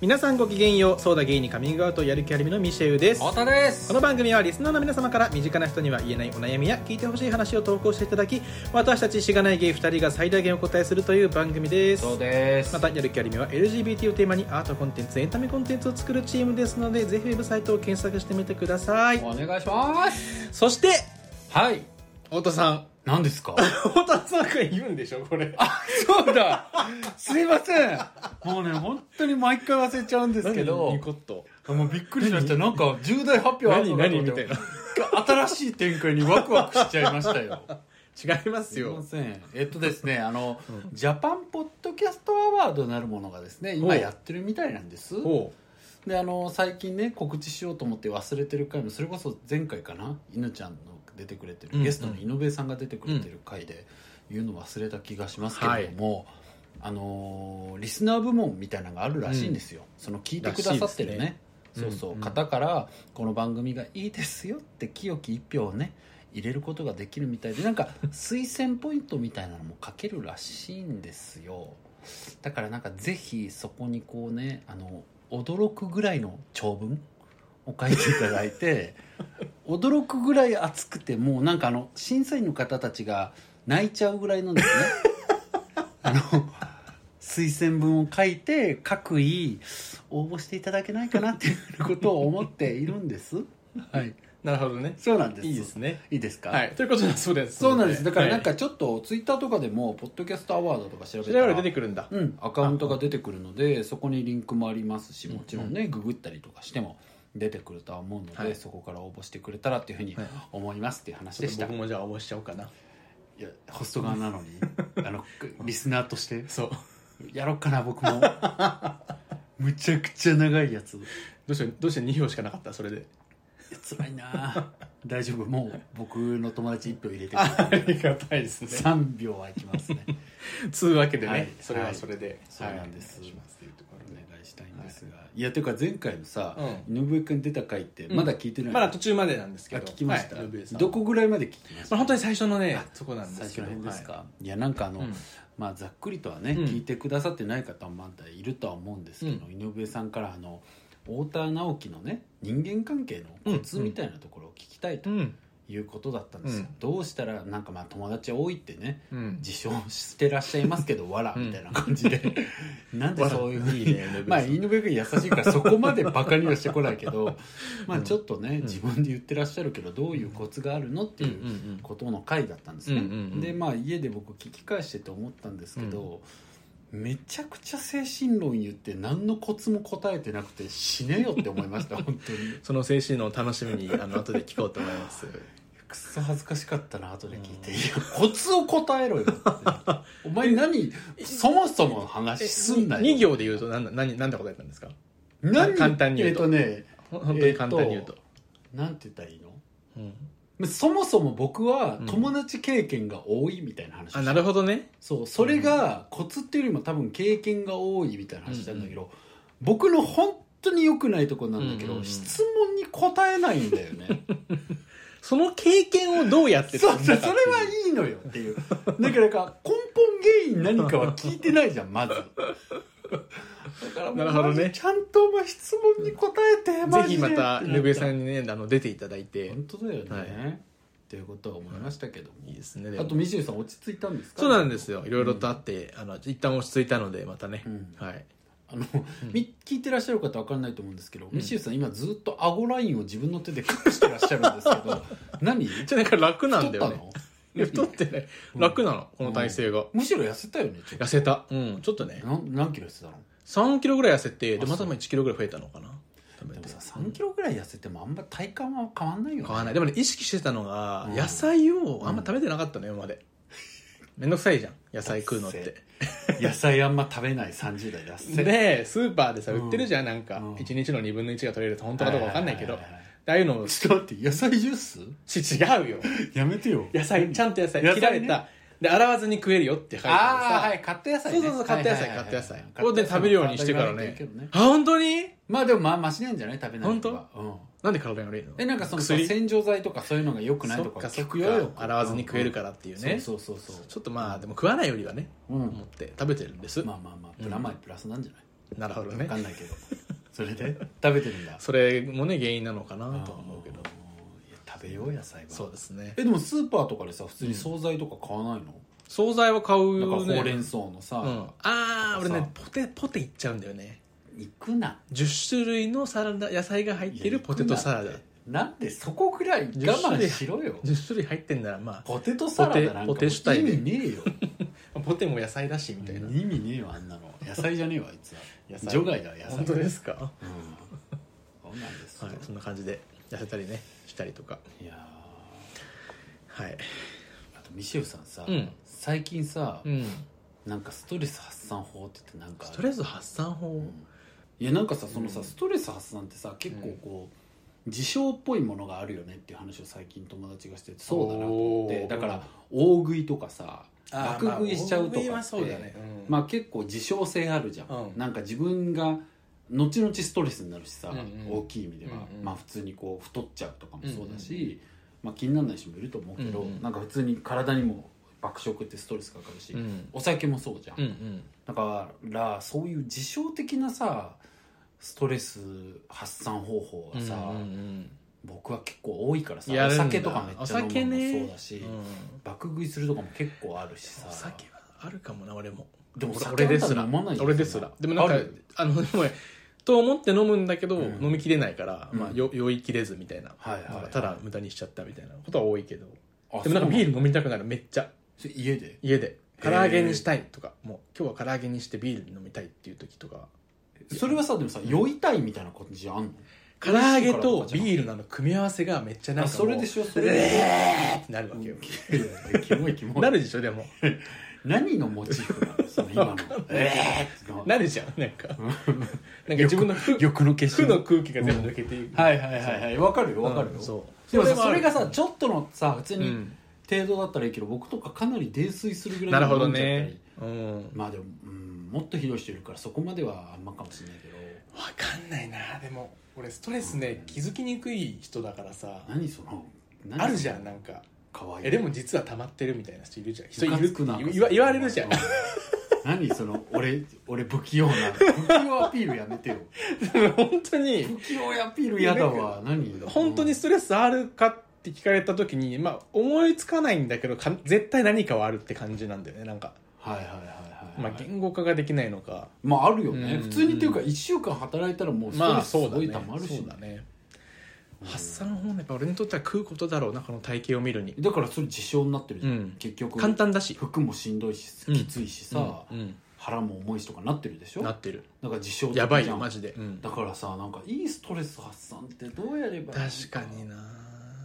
皆さんごきげんようそうだゲイにカミングアウトやる気ありみのミシェウです太田ですこの番組はリスナーの皆様から身近な人には言えないお悩みや聞いてほしい話を投稿していただき私たちしがないゲイ2人が最大限お答えするという番組ですそうですまたやる気ありみは LGBT をテーマにアートコンテンツエンタメコンテンツを作るチームですのでぜひウェブサイトを検索してみてくださいお願いしますそしてはい太田さん何ですか太田さんが言うんでしょこれあ そうだすいませんもうね本当に毎回忘れちゃうんですけどニコッともうびっくりしましたなんか重大発表あるのかと思って何何みたい新しい展開にワクワクしちゃいましたよ違いま すすいまよせんえっとですねあの、ジャパンポッドキャストアワードなるものがですね今やってるみたいなんですおうであの最近ね告知しようと思って忘れてる回もそれこそ前回かな犬ちゃんの出てくれてる、うんゲストの井上さんが出てくれてる回で言うの忘れた気がしますけれども、あのーリスナー部門みたいなのがあるらしいんですよ、その聞いてくださってるねらしいそですねうそう、うんうん方からこの番組がいいですよって清き一票をね入れることができるみたいでなんか推薦ポイントみたいなのも書けるらしいんですよだからなんかぜひそこにこうねあの驚くぐらいの長文を書いていただい て驚くぐらい熱くてもうなんかあの審査員の方たちが泣いちゃうぐらいのですね あの推薦文を書いて各位応募していただけないかなっていうようなことを思っているんですはいなるほどねそうなんですいいですねいいですかはいということだそうですそうなんですだからなんはかちょっとツイッターとかでもポッドキャストアワードとか調いべた調べられば出てくるんだうん、アカウントが出てくるのでそこにリンクもありますしもちろんね、ググったりとかしても出てくるとは思うので、はいそこから応募してくれたらっていうふうにはい思いますっていう話ちょでっとした、僕もじゃあ応募しちゃおうかないやホスト側な のにあのリスナーとしてそうどやろっかな僕 もむちゃくちゃ長いやつうしようどうして2票しかなかったそれでつらい な大丈夫もう僕の友達1票入れてくあれるりがたいですね3秒はいきますねつうわけでね、はいそれはそれで、そうなんですはいお願いしますというとこ ろおで願いしたいんですが、い、やていうか前回のさ、う井上君出た回ってまだ聞いてない、まだ途中までなんですけあど聞きました、はい、呼びさんどこぐらいまで聞きましまた、あ、本当に最初のねそこなんで最すけ初どの辺ですか、、はいやなんかあの、うんまあ、ざっくりとはね、うん聞いてくださってない方もまだいるとは思うんですけど、う井上さんからあの太田直樹のね人間関係のコツみたいなところを聞きたいというんいうことだったんですよ、うんどうしたらなんかまあ友達多いってねうん自称してらっしゃいますけど「わら」みたいな感 じで、なんでそういう ふういにい ねまあ、井上君優しいからそこまでバカにはしてこないけど、まあちょっとね、ん自分で言ってらっしゃるけどどういうコツがあるのってうんういんううんことの回だったんですね、うんうんうんでまあ家で僕聞き返してて思ったんですけど、めちゃくちゃ精神論言って何のコツも答えてなくて死ねよって思いました 本当にその精神のを楽しみにあの後で聞こうと思い ますくっそ恥ずかしかったな後で聞いて「いやコツを答え ろよ」って「お前何そもそも話すんなよ」 2行で言うと何だ何何だ答えたんですか何簡単に言うとえっとねほ本当に簡単に言うと,、なんて言ったらいいのうんそもそも僕はうん友達経験が多いみたいな話をしたあなるほどねそうそれがコツっていうよりも多分経験が多いみたいな話なんだけど、僕の本当に良くないとこなんだけど、うんうんうん質問に答えないんだよ ねその経験をどうやってそう積んそうだかそっれていうはいいのよっていうだからなんか根本原因何かは聞いてないじゃん まずだからもうなるほどねマジちゃんとお前質問に答えてマジぜでひまたってなっぬべさちゃうんにねあの出ていただいて本当だよね、はっていうことは思いましたけども、いいですねでもあとみじゅさん落ち着いたんですかそうなんですよいろいろとあって、あの一旦落ち着いたのでまたね、うんはいあの、み聞いてらっしゃる方分かんないと思うんですけど、みしゅうさん今ずっと顎ラインを自分の手で隠してらっしゃるんですけ ど何太っじゃあなんか楽なんだたよねのいや太ってね楽なのこの体勢が、むしろ痩せたよねちょっ痩せたうんちょっとねとなん何キロ痩せたの3キロぐらい痩せてであまたそう1キロぐらい増えたのかな食べでもてさ3キロぐらい痩せてもあんま体感は変わんないよね買わないでもね意識してたのが、うん野菜をあんま食べてなかったのよ今までめんどくさいじゃん野菜食うのって野菜あんま食べない30代痩せでスーパーでさうん売ってるじゃんなんか、うん一1日の2分の1が取れると本当かどうか分かんないけど、ははははああいうのをちょっと待って野菜ジュー スち違うよやめてよ野菜ちゃんと野菜野菜ね切られた、で洗わずに食えるよって書いてあるああさ、はいカット野菜そうねそうそう買った野菜はい買はいっはたいは野い菜これで食べるようにしてから体が悪いねけどねあ本当にまあでもまあマシなんじゃない食べない方がうんなんで体が悪いのえなんかそのさ薬洗浄剤とかそういうのが良くないとかそ聞っかくそっよか洗わずに食えるからっっていうねそうそうそうそちょっとまあでも食わないよりはね、うん思って食べてるんです、うまあまあまあプラマイプラスなんじゃないなるほど分ねかんないけ どそれで食べてるんだそれもね原因なのかなとは思うけどあーいや食べよう野菜はそうですねえでもスーパーとかでさ普通に惣菜とか買わないの、惣菜は買うねなんかほうれん草草のさ、うん、あーとかさ俺ねポテポテいっちゃうんだよね行くな10種類のサラダ野菜が入ってるポテトサラダいや行くなってなんでそこぐらい我慢しろよ10種類入ってんならまポテトサラダなんかもポうテ意ポテ主体で味ねえよあポテも野菜だしみたい な意味ねえよあんなの野菜じゃねえわあいつは野菜除外だ野菜本当ですかはうんそうなんですよ、いそんな感じで痩せたりねしたりとかい、やーはいあとミシェルさんさ、うん最近さ、うんなんかストレス発散法って言ってなんかあスるトレス発散法うんいやなんかさそのさ、うんストレス発散ってさ結構こう、自傷っぽいものがあるよねっていう話を最近友達がしててそうだなと思っておーだから大食いとかさあー爆食いしちゃうとかってまあ大食いはそうだねうんまあ結構自傷性あるじゃん、うんなんか自分が後々ストレスになるしさ、うんうん大きい意味では、うんうんまあ普通にこう太っちゃうとかもそうだし、まあ、気にならない人もいると思うけど、うんうんなんか普通に体にも爆食ってストレスかかるし、うんお酒もそうじゃんうんうんだからそういう自傷的なさストレス発散方法はさ、うんうん僕は結構多いからさやおるんだ酒とかめっちゃ飲むのお酒もねそうだし、うん爆食いするとかも結構あるしさお酒はあるかもな俺もでも俺酒俺ですあらんた飲まないよ俺ですらでもなんかあるあのでもねと思って飲むんだけど、うん飲みきれないから、うんまあ、よ酔いきれずみたいな、はいはいはいなんかただ無駄にしちゃったみたいなことは多いけどあでもなんかそうビール飲みたくなるめっちゃそれ家で家でへ唐ー揚げにしたいとかもう今日は唐揚げにしてビール飲みたいっていう時とかそれはさでもさ酔いたいみたいな感じあんの唐揚げとービールのあの組み合わせがめっちゃなんあかそれでょしょそれえーってなるわけよ、キモいキモいなるでしょでも何のモチーフなのその今のええーってなるじゃんなんかなんか自分の負欲の化負の空気が全部抜けていく、はいはいはいはいわかるよわかるよ、うんそうでもさそれはあそるれがさちょっとのさ普通うにん程度だったらいいけど、僕とかかなり泥酔するぐらないるほど飲んじゃったりねうんまあでも、うん、もっとひどい人いるからそこまではあんまかもしれないけどわかんないなでも俺ストレスね気づきにくい人だからさ何その何あるじゃんなんかかわいいえでも実は溜まってるみたいな人いるじゃん人いムカるつってくな言わ言われるじゃんう何その俺 俺不器用な不器用アピールやめて よ本当に不器用アピールやだわ何本当にストレスあるかって聞かれた時にまあ思いつかないんだけどか絶対何かはあるって感じなんだよねなんか、はいはいはいはい、まあ、言語化ができないのかまああるよね、うん普通にっていうか1週間働いたらもうストまレあスそすうだごねい溜まるし、そうだね発散法ねやっぱ俺にとっては食うことだろうなこの体型を見るにだからそれ自傷になってるじゃん、うん結局簡単だし服もしんどいしうんきついしさ、うん腹も重いしとかなってるでしうょんなだかってるら自傷的じゃやんばいよマジで、うんだからさなんかいいストレス発散ってどうやればいいの確かにな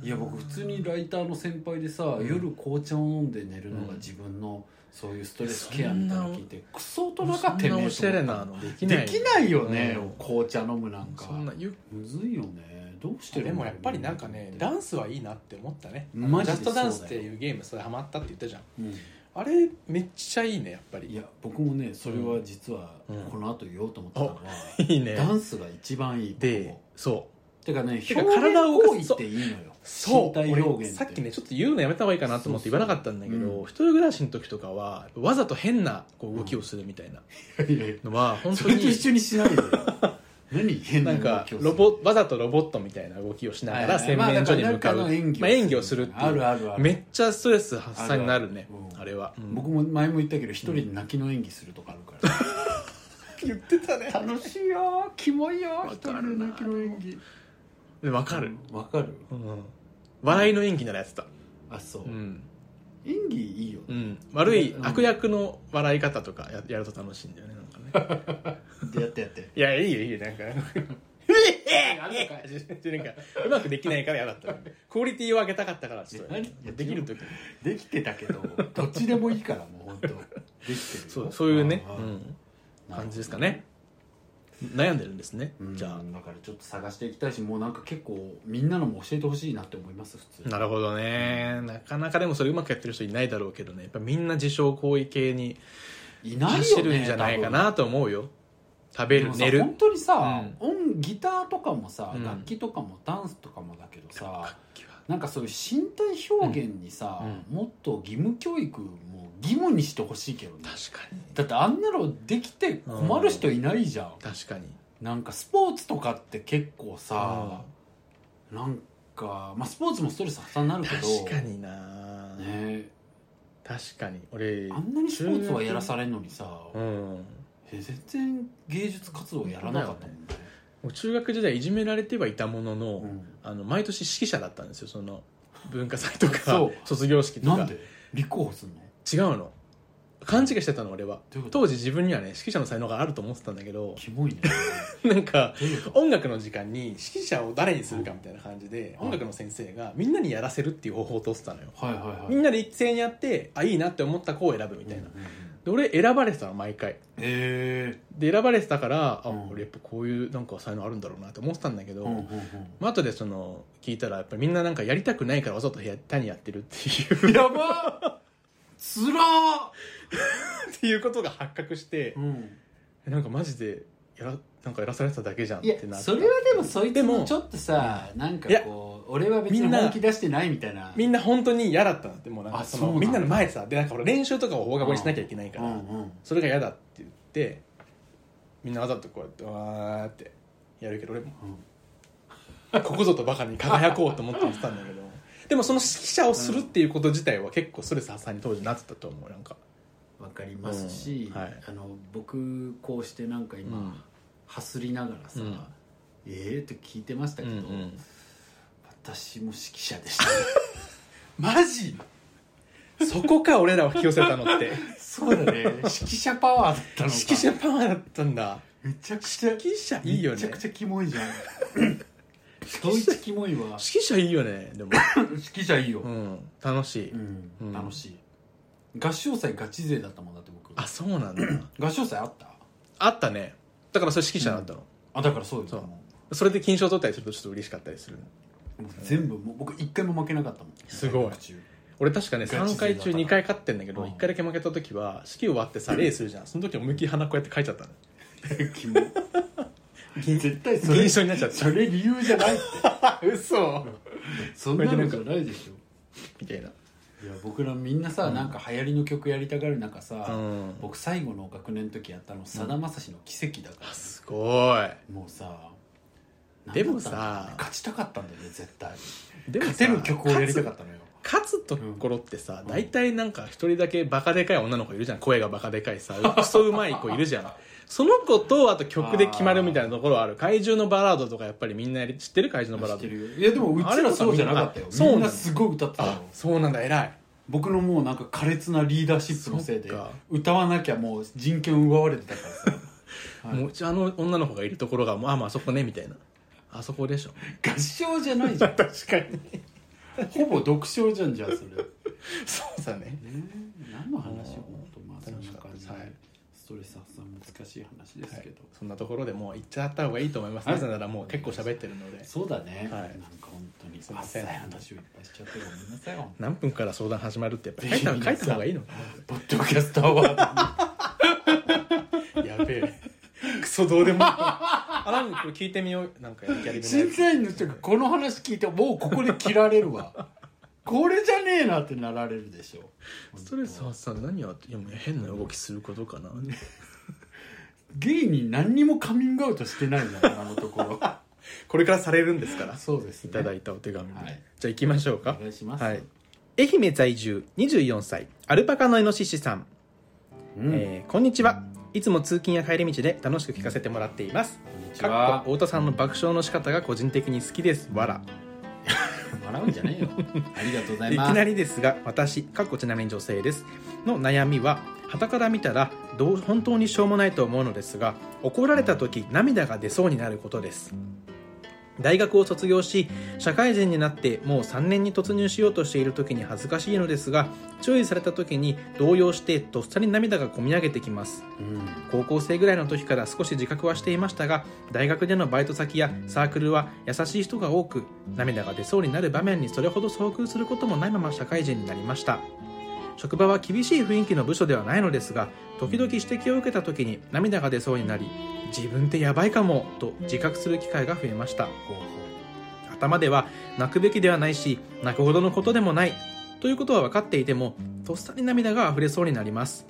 いいや僕普通にライターの先輩でさ、夜紅茶を飲んで寝るのが自分のそういうストレスケアみたいなの聞いてクソ大人かてそんめなえおしゃれなと思のっできたないできないよね、うん紅茶飲むなんかそんなゆむずいよねどうしてるでんもだろうやっぱりなんかねダンスはいいなって思ったねあマのジジでャストダンスそっうてだよいうゲームそれハマったって言ったじゃんうんあれめっちゃいいねやっぱりいや僕もねそれは実はうんこの後言おうと思ったのは、 いいねダンスが一番いいでそうてかねてか表現体を動行か為すっていいのよそう身体表俺現さっきねちょっと言うのやめた方がいいかなと思ってそうそ言うわなかったんだけど、うん一人暮らしの時とかはわざと変なこう動きをするみたいなてのは本そ当れにと一緒にしないで よ何変なんかロボわざとロボットみたいな動きをしながら洗面所に向かう、まあだらなんかのまあ、演技をするっていうあるあるあるめっちゃストレス発散になるねあるあるうんあれは、うん僕も前も言ったけど一人で泣きの演技するとかある か言ってたねら楽しいよーキモいよーわ一人かるでな泣きの演技わかる、わかるうん笑いの演技ならやってた、あそう、うん演技いいようねん、悪いうん悪役の笑い方とかややると楽しいんだよねなんかねでやってやって いやいいよいいよ なんかやるのかいなんかうまくできないからやだったクオリティを上げたかったからちょっと何いやできる時にできてたけどどっちでもいいからもう本当できてるよそうそういうね、ああうん、なるほど感じですかね悩んでるんですね、うんじゃあだからちょっと探していきたいしもうなんか結構みんなのも教えてほしいなって思います普通なるほどねなかなかでもそれうまくやってる人いないだろうけどねやっぱみんな自傷行為系にいないよね走るんじゃないか多分なと思うよ食べでるもさ寝る本当にさ、音ギターとかもさ、うん楽器とかもダンスとかもだけどさ楽器はなんかそういう身体表現にさ、うんもっと義務教育も義務にしてほしいけどね確かにだってあんなのできて困る人いないじゃん確かになんかスポーツとかって結構さなんか、まあ、スポーツもストレス発散になうるんけど確かにな、ね、確かに俺あんなにスポーツはやらされんのにさ、うんもえ全然芸術活動やらなかったもんねう中学時代いじめられてはいたものの、うんあの毎年指揮者だったんですよその文化祭とそかう卒業式となんかで立候補すんの違うの勘違いしてたの俺はどういうこと当時自分にはね指揮者の才能があると思ってたんだけど キモい ねなんかどういうこと音楽の時間に指揮者を誰にするかみたいな感じでうん音楽の先生がみんなにやらせるっていう方法を通ってたのよはいはいはいみんなで一斉にやってあいいなって思った子を選ぶみたいなうんうんうんで俺選ばれてたの毎回えで選ばれてたからあうん俺やっぱこういうなんか才能あるんだろうなって思ってたんだけえどうんうんうんまあ後でその聞いたらやっぱりみんななんかやりたくないからわざと部屋単にやってるっていう やばつらーっていうことが発覚してうんなんかマジでやらなんかやらされてただけじゃんっいやてなってそれはでもそいつでももちょっとさなんかいやこう俺は別みにんな本気出してないみたいなみんな本当に嫌だったんだってもうなんかあそそうのなんだみんなの前でさでなんかほら練習とかを放課後にしなきゃいけないから、うんうんそれが嫌だって言ってみんなわざとこうやってわーってやるけど俺もここぞとばかりに輝こうと思ってやってたんだけどでもその指揮者をするっていうこと自体は結構ストレス発散に当時なってたと思うなんか、わかりますし、うんはいあの僕こうしてなんか今、はすりながらさ「うんええー」って聞いてましたうけんど、うん私も指揮者でした マジそこか俺らを引き寄せたのって 指そうだね指揮者パワーだったのか揮者パワーだったんだめちゃくちゃ指揮者いいよねめちゃ指くちゃキモいじゃん ドイツキモいわ揮者いいよねでも、指揮者いいようん、楽しい、うん、うん楽しい合唱祭ガチ勢だったもんだって僕あそうなんだ合唱祭あったあったねだからそれ指揮者だったの、あだからそうですそうもそれで金賞取ったりするとちょっと嬉しかったりするう全部もう僕一回も負けなかったもんすごい大学中俺確かねガチ3勢回だ中2回勝ってんだけどうん1回だけ負けた時は式終わってさレースするじゃんその時思いっきり鼻こうやって書いちゃったのキ モ絶対それ銀賞になっちゃったそれ理由じゃないって あ嘘そんなのじゃないでしょみたいないや僕らみんなさ、うんなんか流行りの曲やりたがる中うさ、ん僕最後の学年の時やったのさだまさしの奇跡だかあすごら、もうさでもさなんだったんだろうね勝ちたかったんだよね絶対いでもさ勝てる曲をやりたかったのよ勝つところってさ、大体なんか一人だけバカでかい女の子いるじゃん声がバカでかいさクソうまい子いるじ ゃんその子とあと曲で決まるみたいなところはある怪獣のバラードとかやっぱりみんなやり知ってる怪獣のバ知っラーてドるよいやでもうあちれらはそうじゃなかったよみんなそうみなのんなすごい歌ってたあよそうなんだ偉い僕のもうなんか苛烈なリーダーシップのせいでそっか歌わなきゃもう人権奪われてたからさ はいもううちあの女の子がいるところがもうあまあそこねみたいなあそこでしょ合唱じゃないじゃん 確かにほぼ独唱じゃんじゃあそれねそうだね何の話を本当まあそん楽しなかった感でじすではいストレス発散難しい話ですけど、そんなところでもう行っちゃった方がいいと思います、はいなぜならもう結構喋ってるのでそうだね、はいなんか本当にすいませ浅んい話をいっぱいしちゃってごめんなさい本何分から相談始まるってやっぱ当りに書いた書いた方がいいのかポッドキャストアワなやべえクソどうでもいい あなんかこれ聞いてみようなんかやりーめド審査員の人がこの話聞いてもうここで切られるわこれじゃねえなってなられるでしょストレス発散って何やっていやもう変な動きすることかなゲイに何にもカミングアウトしてないんだからあのところこれからされるんですからそうですいねただいたお手紙で、はいじゃあ行きましょうかお願いします、はい、愛媛在住24歳アルパカのイノシシさん、うんえーこんにちはいつも通勤や帰り道で楽しく聞かせてもらっていますこんにちかっはこ太田さんの爆笑の仕方が個人的に好きですわら笑うんじゃねえよありがとうございいきますなりですが私かっこちなみに女性ですの悩みは傍から見たらどう本当にしょうもないと思うのですが怒られた時涙が出そうになることです大学を卒業し社会人になってもう3年に突入しようとしている時に恥ずかしいのですが注意された時に動揺してとっさに涙がこみ上げてきますうん高校生ぐらいの時から少し自覚はしていましたが大学でのバイト先やサークルは優しい人が多く涙が出そうになる場面にそれほど遭遇することもないまま社会人になりました職場は厳しい雰囲気の部署ではないのですが時々指摘を受けた時に涙が出そうになり自分ってやばいかもと自覚する機会が増えましたほうほ頭では泣くべきではないし泣くほどのことでもないということは分かっていてもとっさに涙が溢れそうになります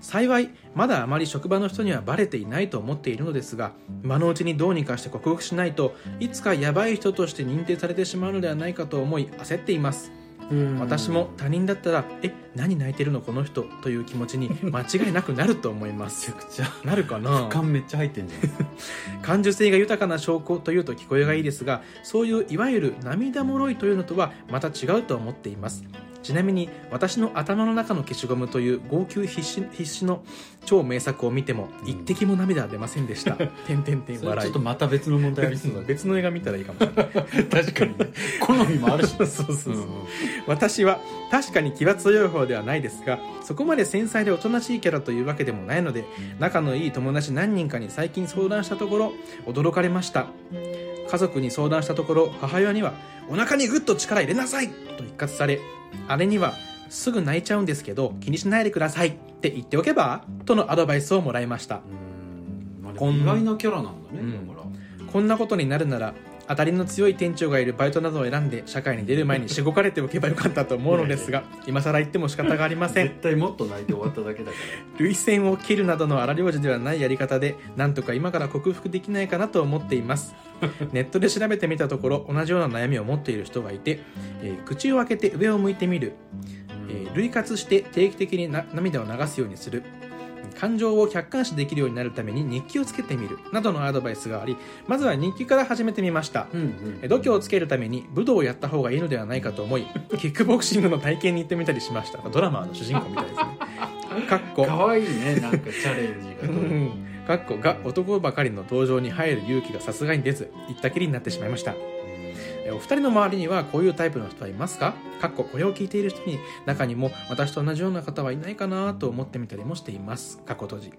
幸いまだあまり職場の人にはバレていないと思っているのですが今のうちにどうにかして克服しないといつかヤバい人として認定されてしまうのではないかと思い焦っています私も他人だったら「え何泣いてるのこの人」という気持ちに間違いなくなると思いまめちゃすくちゃなるかな感めっちゃ入ってんじゃないですか感受性が豊かな証拠というと聞こえがいいですがそういういわゆる涙もろいというのとはまた違うと思っていますちなみに私の頭の中の消しゴムという号泣必至必至の超名作を見てもうん一滴も涙は出ませんで した。てんてんてんそれち笑ょっいと。また別の問題ありそうだね別の映画見たらいいかもしれない。確かにね 好みもあるし そうそうそう。私は確かに気は強い方ではないですがそこまで繊細でおとなしいキャラというわけでもないので仲のいい友達何人かに最近相談したところ驚かれました家族に相談したところ母親には「お腹にグッと力入れなさい!」と一括され姉には「すぐ泣いちゃうんですけど気にしないでください」って言っておけばとのアドバイスをもらいましたうんまあでこもん意外なキャラなんだね、うんだからこんなことになるなら当たりの強い店長がいるバイトなどを選んで社会に出る前にしごかれておけばよかったと思うのですが今更言っても仕方がありません絶対もっと泣いて終わっただけだか涙腺を切るなどの荒療治ではないやり方でなんとか今から克服できないかなと思っていますネットで調べてみたところ同じような悩みを持っている人がいて、えー口を開けて上を向いてみる、ら、えー涙活して定期的にな涙を流すようにする感情を客観視できるようになるために日記をつけてみるなどのアドバイスがありまずは日記から始めてみましたうんうんえー度胸をつけるために武道をやった方がいいのではないかと思いキックボクシングの体験に行ってみたりしましたドラマの主人公みたいですねかっこかわいいねなんかチャレンジがうどれもんかっこが男ばかりの登場に入る勇気がさすがに出ず行ったきりになってしまいましたえお二人の周りにはこういうタイプの人はいますかかっここれを聞いている人に中にも私と同じような方はいないかなと思ってみたりもしています過去閉じ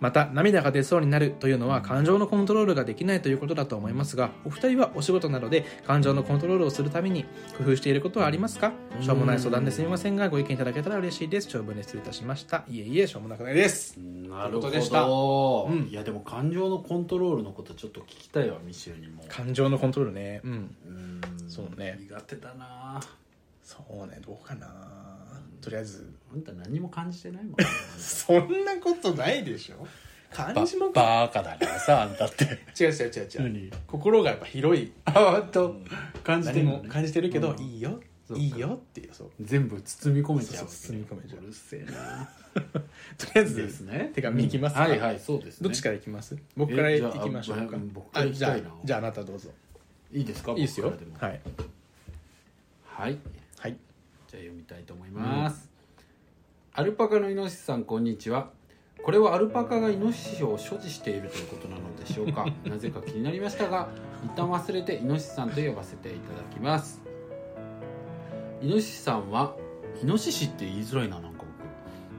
また涙が出そうになるというのは感情のコントロールができないということだと思いますがお二人はお仕事などで感情のコントロールをするために工夫していることはありますかしょうもない相談ですみませんがご意見いただけたら嬉しいです長文で失礼いたしましたいえいえしょうもなくないですうんなるということほでしたど、うんいやでも感情のコントロールのことちょっと聞きたいわミシューにも感情のコントロールねうんうんそうね苦手だなそうねどうかなとりあえず あんた何も感じてないもん、そんなことないでしょ感じもババカだからさあんたって違う違う違う違う何心がやっぱ広いあ本当感じて何るのもね感じてるけど、うんいいよそうかいいよっていうそう全部包み込めちゃうわけねそうそう包み込めちゃううるせえなとりあえずですね手紙いきますうんはいはいそうですねどっちからいきます僕からえいじゃあきましょうかあ僕から行きじゃたあいなじゃああなたどうぞいいですかいいですよ僕からでもははいいはい じゃあ読みたいと思います、アルパカのイノシシさんこんにちはこれはアルパカがイノシシを所持しているということなのでしょ うかなぜか気になりましたが一旦忘れてイノシシさんと呼ばせていただきますイノシシさんはイノシシって言いづらいななんか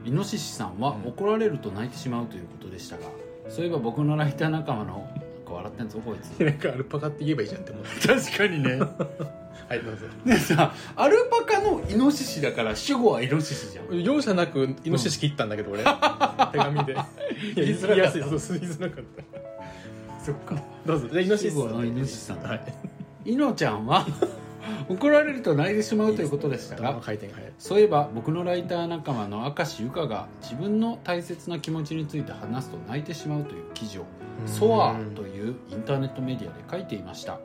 僕イノシシさんはうん怒られると泣いてしまうということでしたがそういえば僕のライター仲間のなんか笑ってんぞこいつなんかアルパカって言えばいいじゃんって思って確かにね はいどうぞでさ アルパカのイノシシだから主語はイノシシじゃん容赦なくイノシシ切ったんだけど俺手紙でいや言いづらかったそう言いづらかったそっかどうぞじゃあイノシシ主語はイノシシさんだはいイノちゃんは 怒られると泣いてしまうということでした頭のが回転が早いそういえば僕のライター仲間の明石ゆかが自分の大切な気持ちについて話すと泣いてしまうという記事を「ソアうんというインターネットメディアで書いていました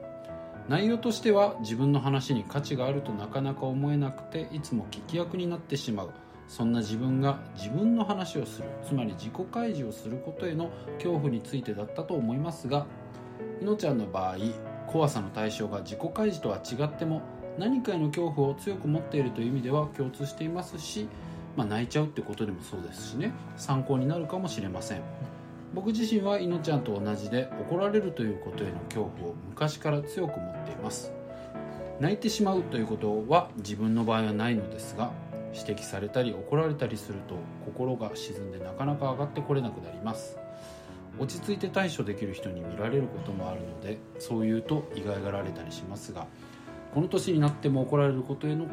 内容としては自分の話に価値があるとなかなか思えなくていつも聞き役になってしまうそんな自分が自分の話をするつまり自己開示をすることへの恐怖についてだったと思いますがいのちゃんの場合怖さの対象が自己開示とは違っても何かへの恐怖を強く持っているという意味では共通していますし、まあ、泣いちゃうってことでもそうですしね参考になるかもしれません僕自身はいのちゃんと同じで怒られるということへの恐怖を昔から強く持っています泣いてしまうということは自分の場合はないのですが指摘されたり怒られたりすると心が沈んでなかなか上がってこれなくなります落ち着いて対処できる人に見られることもあるのでそう言うと意外がられたりしますがこの年になっても怒られることへの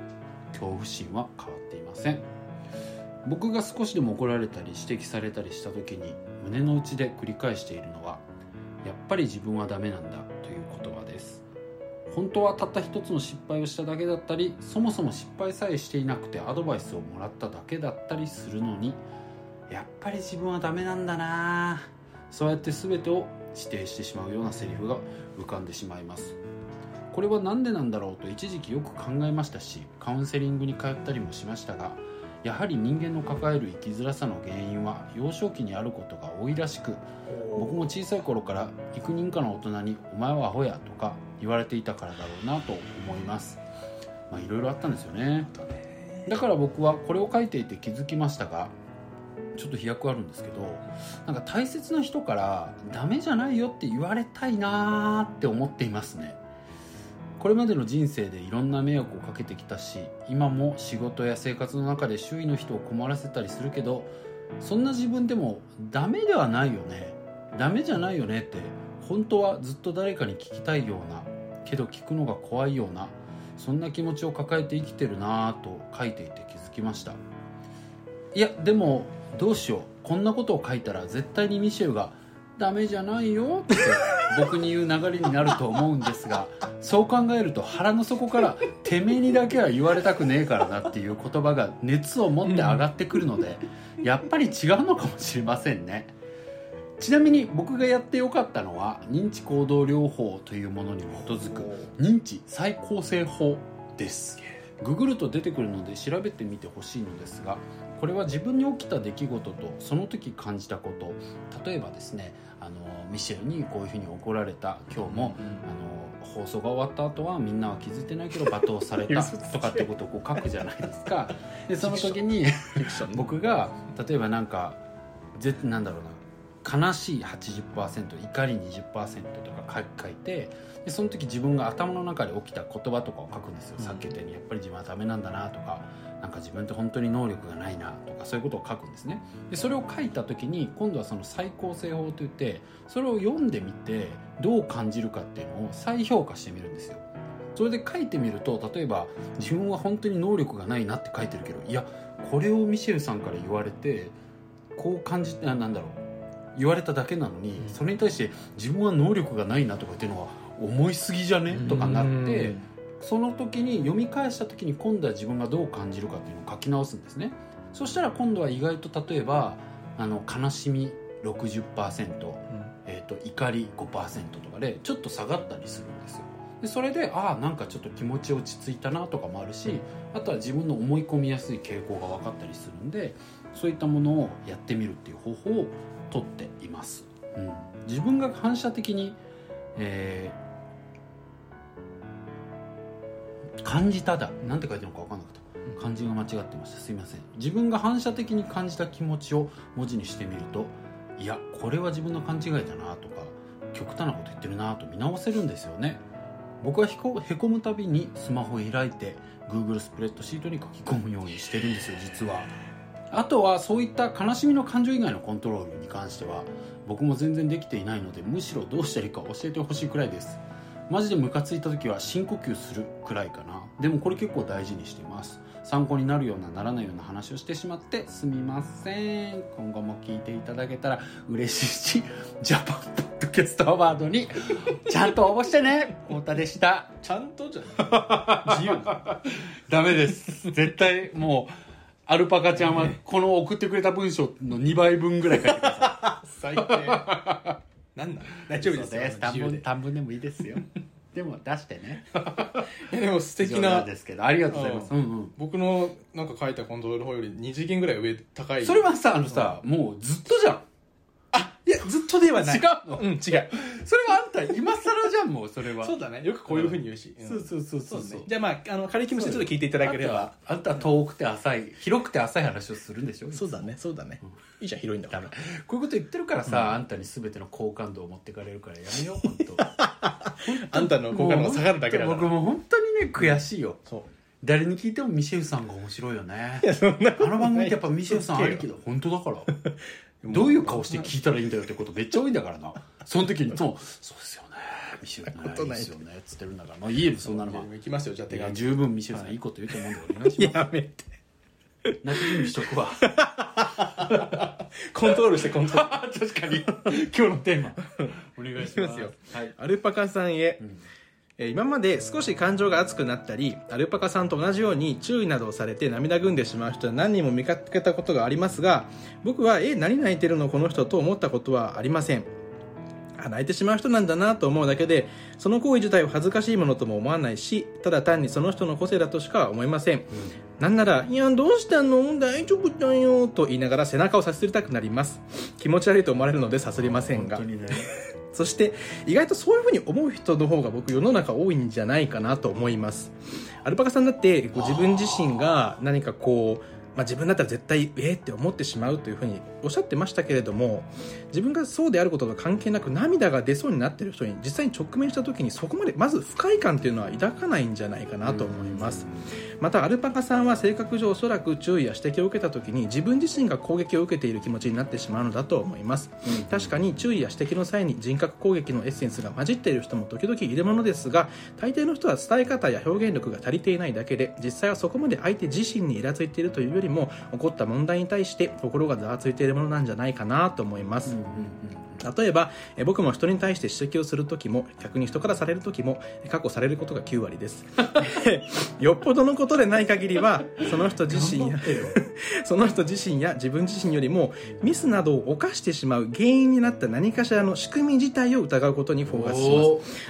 恐怖心は変わっていません僕が少しでも怒られたり指摘されたりした時に胸の内で繰り返しているのは「やっぱり自分はダメなんだ」という言葉です本当はたった一つの失敗をしただけだったりそもそも失敗さえしていなくてアドバイスをもらっただけだったりするのにやっぱり自分はダメなんだなぁそうやって全てを指定してしまうようなセリフが浮かんでしまいますこれは何でなんだろうと一時期よく考えましたしカウンセリングに通ったりもしましたがやはり人間の抱える生きづらさの原因は幼少期にあることが多いらしく僕も小さい頃から幾人かの大人に「お前はアホや」とか言われていたからだろうなと思いますまあいろいろあったんですよねだから僕はこれを書いていて気づきましたがちょっと飛躍あるんですけどなんか大切な人から「ダメじゃないよ」って言われたいなーって思っていますねこれまでの人生でいろんな迷惑をかけてきたし今も仕事や生活の中で周囲の人を困らせたりするけどそんな自分でもダメではないよねダメじゃないよねって本当はずっと誰かに聞きたいようなけど聞くのが怖いようなそんな気持ちを抱えて生きてるなぁと書いていて気づきましたいやでもどうしようこんなことを書いたら絶対にミシェルが「ダメじゃないよ」って僕に言う流れになると思うんですがそう考えると腹の底から「てめえにだけは言われたくねえからな」っていう言葉が熱を持って上がってくるのでやっぱり違うのかもしれませんねちなみに僕がやってよかったのは認知行動療法というものに基づく認知再構成法ですググると出てくるので調べてみてほしいのですがこれは自分に起きた出来事とその時感じたこと例えばですねあのミシェルにこういうふうに怒られた今日もあの放送が終わった後はみんなは気づいてないけど罵倒 された嘘つけとかってことをこう書くじゃないですかでその時にフィクション僕が例えばなんかぜなんだろうな悲しい80%怒り20%とか書き書いてでその時自分が頭の中で起きた言葉とかを書くんですよ、うんさっき言ったようにやっぱり自分はダメなんだなとかなんか自分って本当に能力がないなとかそういうことを書くんですねでそれを書いた時に今度はその再構成法といってそれを読んでみてどう感じるかっていうのを再評価してみるんですよそれで書いてみると例えば自分は本当に能力がないなって書いてるけどいやこれをミシェルさんから言われてこう感じあなんだろう言われただけなのに、うんそれに対して自分は能力がないなとかっていうのは思いすぎじゃねとかなってその時に読み返した時に今度は自分がどう感じるかっていうのを書き直すんですねそしたら今度は意外と例えばあの悲しみ60%うんえー、と怒り5%とかでちょっと下がったりするんですよでそれでああなんかちょっと気持ち落ち着いたなとかもあるし、あとは自分の思い込みやすい傾向が分かったりするんでそういったものをやってみるっていう方法をとっています、うん、自分が反射的に、えー感じただなんて書いてるのか分かんなかった漢字が間違ってましたすいません自分が反射的に感じた気持ちを文字にしてみるといやこれは自分の勘違いだなとか極端なこと言ってるなと見直せるんですよね僕はひこへこむたびにスマホを開いて Google スプレッドシートに書き込むようにしてるんですよ実はあとはそういった悲しみの感情以外のコントロールに関しては僕も全然できていないのでむしろどうしたらいいか教えてほしいくらいですマジでムカついた時は深呼吸するくらいかなでもこれ結構大事にしています参考になるようなならないような話をしてしまってすみません今後も聞いていただけたら嬉しいし ジャパンポッドキャストアワード にちゃんと応募してね太田でしたちゃんとじゃ自由 ダメです絶対もうアルパカちゃんはこの送ってくれた文章の2倍分ぐらい書いてく ださ最 低なんなん大丈い夫ですそうよです自短由文で短文でもいいですよでも出してねいやでも素素敵なですけどありがとうございます、ううんうん僕のなんか書いたコントロール法より2次元ぐらい上高いそれはさあのさ、もうずっとじゃんあいやずっとではない違うのうん違うそれはあんた今更じゃんもうそれはそうだねよくこういうふうに言うし、んそうそうそうそうそうねじゃあまああの軽い気持ちでちょっと聞いていただければあんたあんた遠くて浅い広くて浅い話をするんでしょそうだねそうだね、いいじゃん広いんだかダらメこういうこと言ってるからさ、あんたに全ての好感度を持ってかれるからやめよう 本当あんたの好感度が下がるだけだかもうら僕も本当にね悔しいよそう誰に聞いてもミシェルさんが面白いよねいやそんなあの番組ってやっぱミシェルさんありきだ本当だからどういう顔して聞いたらいいんだよってことめっちゃ多いんだからなその時にいつも「そうですよねミシェルねそいいんなことないですよね」っつってるんだからまあいいよそんなのは行きますよじゃあい手や紙十分ミシェルさんいいこと言うと思うんだからお願いしますやめて泣き準備しとくわ コントロールしてコントロール確かに今日のテーマお願いしいきまますすよはいアルパカさんへ、えー今まで少し感情が熱くなったりアルパカさんと同じように注意などをされて涙ぐんでしまう人は何人も見かけたことがありますが僕はえ何泣いてるのこの人と思ったことはありませんあ泣いてしまう人なんだなと思うだけでその行為自体を恥ずかしいものとも思わないしただ単にその人の個性だとしか思いませんなんなら「いやどうしたの大丈夫だよ」と言いながら背中をさすりたくなります気持ち悪いと思われるのでさすりませんが本当にねそして意外とそういうふうに思う人の方が僕世の中多いんじゃないかなと思いますアルパカさんだってこう自分自身が何かこう、まあ、自分だったら絶対えーって思ってしまうというふうにおっしゃってましたけれども自分がそうであることと関係なく涙が出そうになっている人に実際に直面した時にそこまでまず不快感というのは抱かないんじゃないかなと思いますまたアルパカさんは性格上おそらく注意や指摘を受けた時に自分自身が攻撃を受けている気持ちになってしまうのだと思いますうん確かに注意や指摘の際に人格攻撃のエッセンスが混じっている人も時々いるものですが大抵の人は伝え方や表現力が足りていないだけで実際はそこまで相手自身にイラついているというよりも起こった問題に対して心がざわついているものなんじゃないかなと思いまうす、んうん例えばえ僕も人に対して指摘をする時も逆に人からされる時もえ過去されることが9割ですよっぽどのことでない限りはその人自身やその人自身や自分自身よりもミスなどを犯してしまう原因になった何かしらの仕組み自体を疑うことにフォーカスしま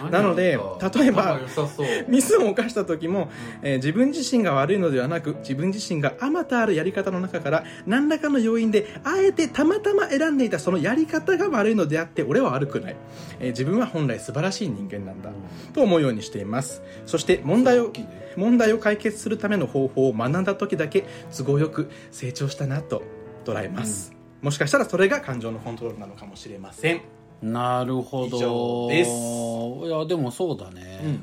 すおーなのでなんか例えば仲良さそうミスを犯した時も、えー自分自身が悪いのではなく自分自身があまたあるやり方の中から何らかの要因であえてたまたま選んでいたそのやり方が悪いのであって俺は悪くない、えー自分は本来素晴らしい人間なんだと思うようにしていますそして問題を問題を解決するための方法を学んだ時だけ都合よく成長したなと捉えます、もしかしたらそれが感情のコントロールなのかもしれません、なるほど以上ですいやでもそうだね、うんな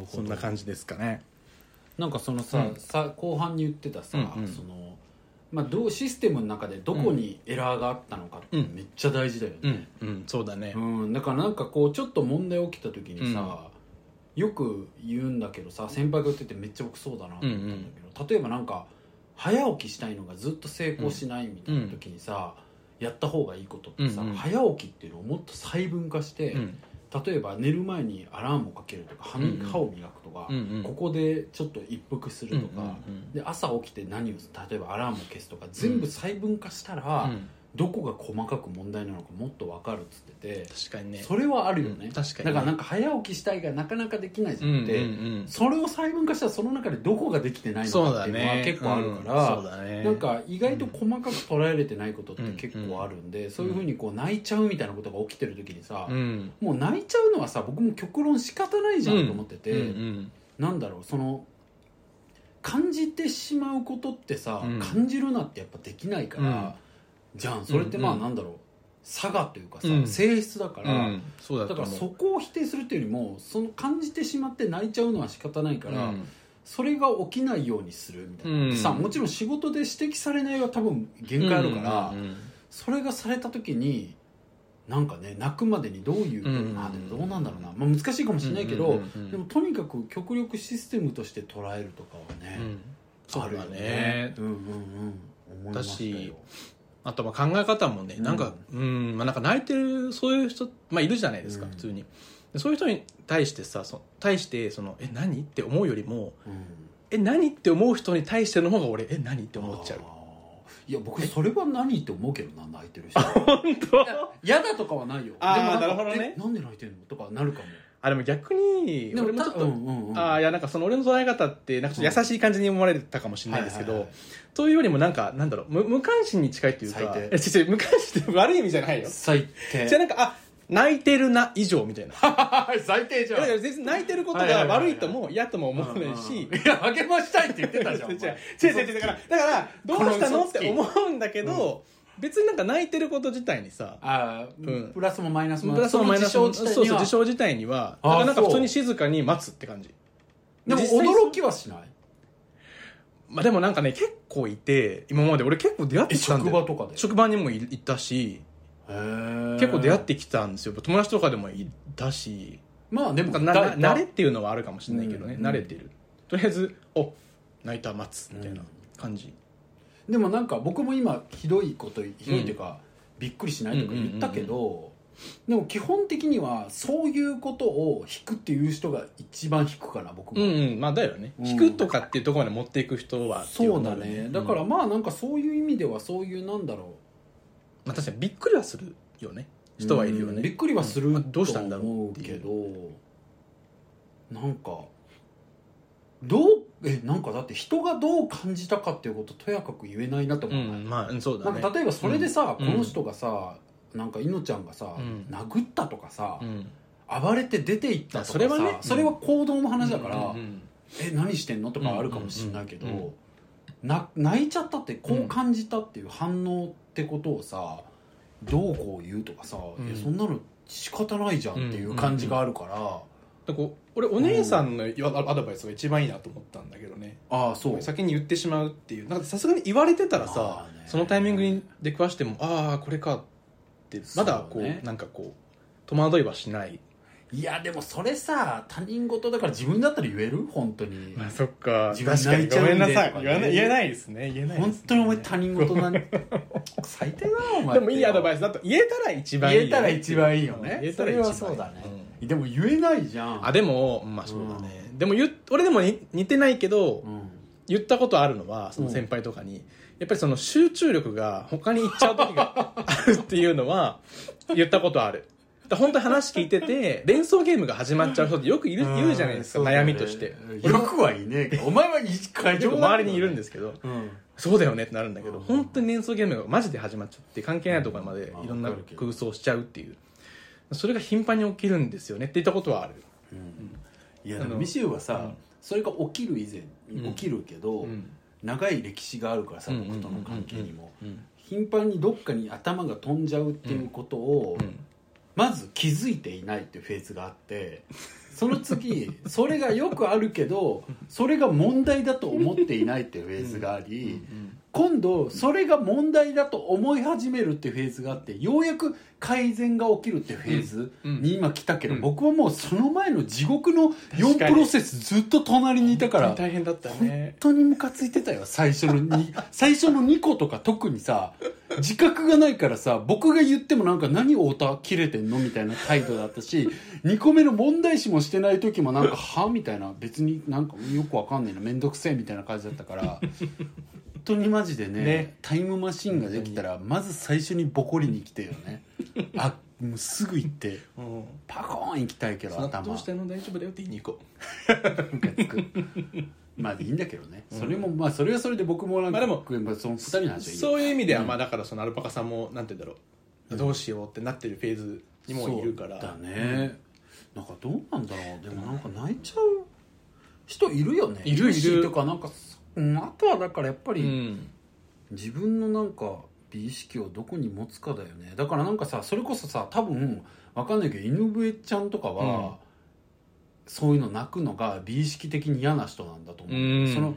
るほそどんな感じですかねなんかそのさ,、うんさ後半に言ってたさ、うんうんそのまあ、どうシステムの中でどこにエラーがあったのかってうんめっちゃ大事だよね、うん、うん、そうだねうん、だからなんかこうちょっと問題起きた時にさ、よく言うんだけどさ先輩が言っててめっちゃ僕そうだなと思ったんだけど、例えばなんか早起きしたいのがずっと成功しないみたいな時にさ、やった方がいいことってさ、うんうん早起きっていうのをもっと細分化して、うん例えば寝る前にアラームをかけるとか歯みうんうん歯を磨くとか、うんうんここでちょっと一服するとか、うんうんうんで朝起きて何を例えばアラームを消すとか全部細分化したら、うんどこが細かく問題なのかもっと分かるっつってて。確かにねそれはあるよね、うん確かにねだからなんか早起きしたいがなかなかできないじゃうなんくうんて、うんそれを細分化したらその中でどこができてないのそうかっだていうのはね結構あるかうんそうら、だねなんか意外と細かく捉えれてないことって結構あるんで、そういうふうにこう泣いちゃうみたいなことが起きてる時にさ、うんもう泣いちゃうのはさ僕も極論仕方ないじゃんと思ってて、うんうんなんだろうその感じてしまうことってさ、うん感じるなってやっぱできないから、じゃんそれってまあうんうんなんだろう、差がというかさ、うん性質だから、うんそうだだとから思うそこを否定するっていうよりもその感じてしまって泣いちゃうのは仕方ないから、うんそれが起きないようにするみたいな、うんさもちろん仕事で指摘されないは多分限界あるから、うんうんうんそれがされた時になんかね泣くまでにどういう、うんあでもどうなんだろうな、まあ、難しいかもしれないけど、うんうんうんうんでもとにかく極力システムとして捉えるとかはうね、んそうだあるよねうんうんうん思いましたよあとまあ考え方もねなんかうんまあなんか泣いてるそういう人まあいるじゃないですかうん普通にでそういう人に対してさそ対してそのえ何って思うよりもうんえ何って思う人に対しての方が俺え何って思っちゃうあーいや僕それは何って思うけ どな泣いてる人本当嫌だとかはないよあーでもんかなるほどねえなんで泣いてんのとかなるかもあでも逆にで俺ももちょっとうんうんうんあーいやなんかその俺の捉え方ってなんかちょっと優しい感じに思われたかもしれないんですけど、というよりもなんかなんだろう無無関心に近いというか最低え違う違う無関心って悪い意味じゃないよ最低 じゃあなんかあ泣いてるな以上みたいな最低じだから全然泣いてることが悪いとも嫌とも思わないしうんうんいや励ましたいって言ってた 違じゃんうお前違う違う違うだからだからどうしたのって思うんだけこのど、別になんか泣いてること自体にさあーうんプラスもマイナスもプラスもマイナスもその事そ象自体にうそうは事象自体にはだあーからなんか普そ通うに静かに待つって感じでも実際そ驚うきはしないまあでもなんかね結構いて今まで俺結構出会ってえきたん職だ場よとかで職場にもい行ったし結結構出会ってきたんですよ友達とかでもいたしまあでもなんだかな慣れっていうのはあるかもしれないけどね、うん慣れてるとりあえず「お泣いた待つ」みたいな感じ、でもなんか僕も今ひどいことひどいっていうか、びっくりしないとかうんうんうん言ったけど、でも基本的にはそういうことを引くっていう人が一番引くかな僕も、うんうんまあだよね、うん引くとかっていうところまで持っていく人はっていそうこだとねだからうんまあなんかそういう意味ではそういうなんだろまあ、確かにびっくりはするよねう人はいるよね、うんびっくりはするうんあどうしたんだろとう思っうていけうどなんかどうえなんかだって人がどう感じたかっていうこととやかく言えないなとう思わない、んまあうんそうだなねんか例えばそれでさ、うんこの人がさなんかいのちゃんがさ、うん殴ったとかさ、うん暴れて出て行ったとかさそれはねうんそれは行動の話だから、うんうんえ何してんのとかあるかもしれないけど、うんうんうんな泣いちゃったってこう感じたっていう反応ってことをさどうこう言うとかさ、うんいやそんなの仕方ないじゃんっていう感じがあるから、だからこう俺お姉さんのアドバイスが一番いいなと思ったんだけどねああそう先に言ってしまうっていうなんかさすがに言われてたらさ、まあねそのタイミングに出くわしてもああこれかってまだこうそうねなんかこう戸惑いはしない、いやでもそれさ他人事だから自分だったら言える本当に、まあ、そっか自分確かに泣いちごゃうんでめんなさいとかね言わない言えないですね言えないですね本当にお前他人事なん最低だなお前でもいいアドバイイスだと言えたら一番い言いよえたら一番いいよね言えたら一番いいそれはそうだねスでも言えないじゃうんんあでもまあそうだね、でも言っ俺でもに似てないけど、うん言ったことあるのはその先輩とかに、やっぱりその集中力が他に行っちゃう時があるっていうのは言ったことあるだ本当に話聞いてて連想ゲームが始まっちゃう人ってよくいるうん言うじゃないですか、そうだね悩みとしてよくはいね えけどお前は一回結構周りにいるんですすけどうんそうだよねってなるんだけど、うん本当に連想ゲームがマジで始まっちゃって関係ないところまでまあいろんなわかるけど空想しちゃうっていうそれが頻繁に起きるんですよねって言ったことはある、いやあのでもミシューはうさんそれが起きる以前うん起きるけどうん長い歴史があるからさうん僕との関係にもうん頻繁にどっかに頭が飛んじゃうっていうことをうんまず気づいていないっていうフェーズがあってその次それがよくあるけどそれが問題だと思っていないっていうフェーズがあり今度それが問題だと思い始めるっていうフェーズがあってようやく改善が起きるっていうフェーズうんに今来たけど、うん僕はもうその前の地獄の確か4にプロセスずっと隣にいたから本当に大変だった本ね当にムカついてたよ最初の に最初の2個とか特にさ自覚がないからさ僕が言ってもなんか何太田切れてんのみたいな態度だったし2個目の問題視もしてない時もなんかはみたいな別になんかよくわかんないな面倒くせえみたいな感じだったから本当にマジでねねタイムマシンができたらまず最初にボコりに来てよねあもうすぐ行ってうんパコーン行きたいけど頭どうしての大丈夫だよって言いに行こムカつくまあいいんだけどね、それもまあそれはそれで僕もなんか、まあでもやっぱその2人のう話はいいよそういう意味では、まあだからそのアルパカさんもなんて言うんだろう、どうしようってなってるフェーズにもいるからそうだね、なんかどうなんだろうでもなんか泣いちゃう人いるよねいるいるしとかなんか、うんあとはだからやっぱうり、ん自分のなんか美意識をどこに持つかだよねだからなんかさそれこそさ多分わかんないけど井上ちゃんとかは、うんそういうの泣くのが美意識的に嫌な人なんだと思う、うんその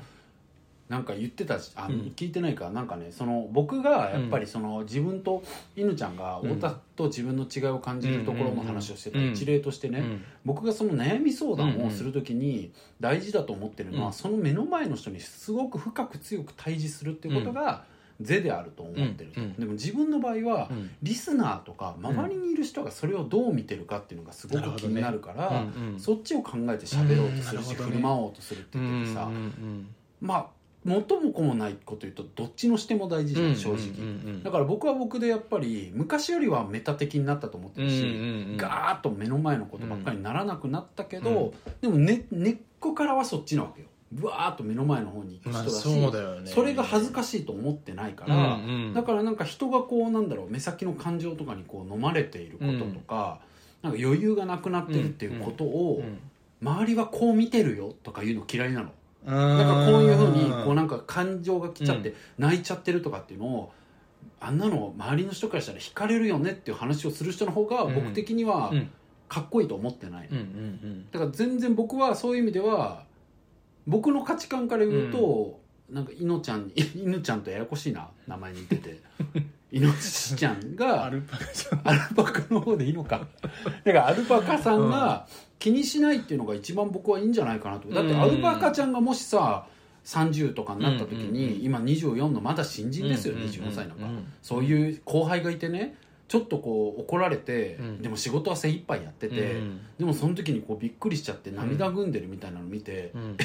なんか言ってたしあ、うん聞いてないからなんかねその僕がやっぱりその、自分と犬ちゃんがうん太田と自分の違いを感じるところの話をしてた、うん一例としてね、うん僕がその悩み相談うんうをんするときに大事だと思ってるのは、うんその目の前の人にすごく深く強く対峙するっていうことが是であると思ってると、うんうんでも自分の場合は、リスナーとか周りにいる人がそれをどう見てるかっていうのがすごなるほくど気ねになるからうんうんそっちを考えて喋ろうとするうんなるほし、どね振る舞おうとするってうん言っててさ、うんうんまあ元も子もないこと言うとどっちの視点も大事じゃん、うん正直、うんうんだから僕は僕でやっぱり昔よりはメタ的になったと思ってるし、うんガーッと目の前のことばっかりにならなくなったけど、でも、ね、根っこからはそっちなわけよぶわーっと目の前の方に行く人まあだし、そうだよねそれが恥ずかしいしいと思ってないから、だからなんか人がこうなんだろう目先の感情とかにこう飲まれていることとか、なんか余裕がなくなってるっていうことを、周りはこう見てるよとかいうの嫌いなの。ななんかこういうふうにこうなんか感情が来ちゃって泣いちゃってるとかっていうのをあんなの周りの人からしたら惹かれるよねっていう話をする人の方がうん僕的にはうんかっこいいと思ってないうんうんだから全然僕はそういう意味では僕の価値観から言うと、なんか犬ちゃんに 犬ちゃんとややこしいな名前に似て て犬ちゃんうんアがルパカさんアルパカの方でいいの かだからアルパカさんが気にしないっていうのが一番僕はいいんじゃないかなとだってアルパカちゃんがもしさ30とかになった時うんうんうんに今24のまだ新人ですようんうんうん24歳なんかうんそういう後輩がいてねちょっとこう怒られて、うんでも仕事は精一杯やってて、うんでもその時にこうびっくりしちゃって涙ぐんでるみたいなの見て、うん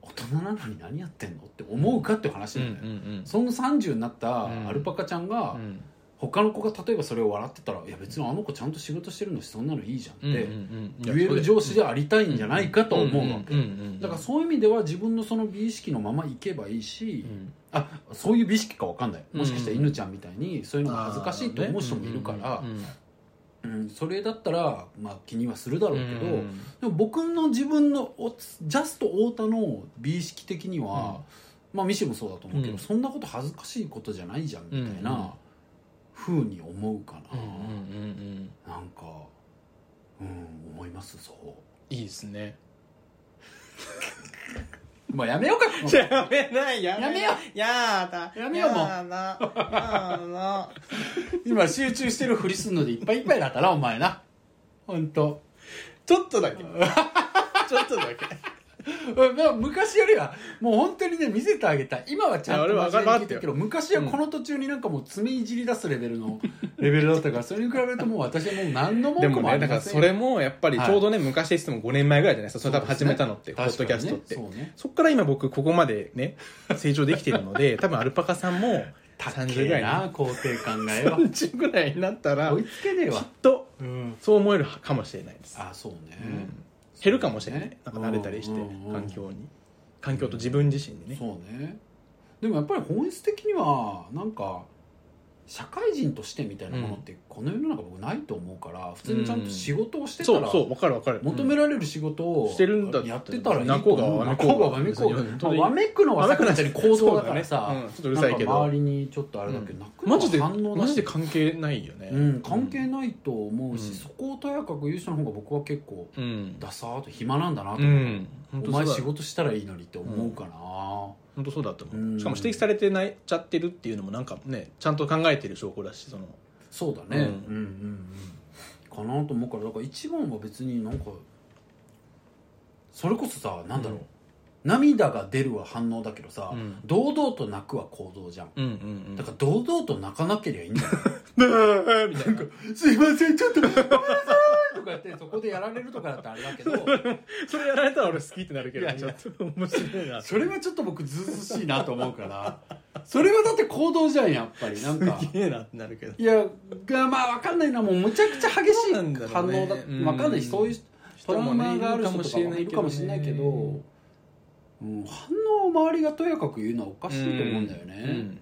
大人なのに何やってんのって思うかっていう話うんうなんだよ、んその30になったうんアルパカちゃんが、うん他の子が例えばそれを笑ってたら「いや別にあの子ちゃんと仕事してるのしそんなのいいじゃん」うんってうん言える上司でありたいんじゃないかと思うわけんんんだからそういう意味では自分のその美意識のままいけばいいし、うんあそういう美意識かわかんないもしかしたらうん犬ちゃんみたいにそういうのが恥ずかしいと思う人もいるからう、んうんそれだったら、まあ、気にはするだろうけど、うんでも僕の自分のおジャスト太田の美意識的には、まあミシェもそうだと思うけど、うんそんなこと恥ずかしいことじゃないじゃんみたいうんうんなふうに思うかうな、んうんうんうんなんかうん思いますそういいですねまあやめようかこのやめないややめようやだやめようもうだやだ今集中してるふりすんのでいっぱいいっぱいだったなお前な本当。ちょっとだけちょっとだけうんでも昔よりはもう本当にね見せてあげたい今はちゃんといや俺は真面目に聞いてるけどわ昔はこの途中になんかもう爪いじり出すレベルのレベルだったからそれに比べるともう私はもう何ので文句ももあねりだかまらせんそれもやっぱりちょうどね昔しても5年前ぐらいじゃないですかそれ多分始めたのってポそうでッすねドキャストっ確かてにねそっから今僕ここまでね成長できているので多分アルパカさんもそうね30ぐら高えいなな肯定感がよ30ぐらいになったら 追きいっつけねえわ、とうん、そう思えるかもしれないです、あそうね、うん減るかもしれない、なんか慣れたりしてうんうん環境に環境と自分自身にねそうねでもやっぱり本質的にはなんか社会人としてみたいなものってこの世の中僕ないと思うから普通にちゃんと仕事をしてたそら、うそう分かる分かる求められる仕事をしてるんだったらやってたらいい泣こうがわわめめここううががわめこうが別に本当にわめくのはさっきみたいに行動だかからさ、うん、ちょっとうるさいけなんかど周りにちょっとあれだけど、泣くのマはジで反応マだジでし、関係ないよねうん、関係ないと思うし、うんそこをとやかく言う人の方が僕は結構うんダサーと暇なんだなと、うん本当おそう前だ仕事したらいいのにって思うかな、本当そうだと思う、うんしかも指摘されてないちゃってるっていうのもなんかねちゃんと考えてる証拠だしそのそうだね、うんうんうんうんかなと思うからだから一番は別になんかそれこそさなんだろう、うん涙が出るは反応だけどさ、うん堂々と泣くは行動じゃんうんうんうんだから堂々と泣かなければいいんだよ ブーみたいな すいませんちょっとごめんなさいとかやってそこでやられるとかだってあれだけどそれやられたら俺好きってなるけどいやいやちょっと面白い なそれはちょっと僕ずうずうしいなと思うからそれはだって行動じゃんやっぱりなんかすげえなってなるけどいやがまあ分かんないなもうむちゃくちゃ激しいそうなんだろ反う応ねだう分んかんないしそういうトラウマがある人とか人ももねいるかもしれないけど、うん、反応を周りがとやかく言うのはおかしいと思うんだようね、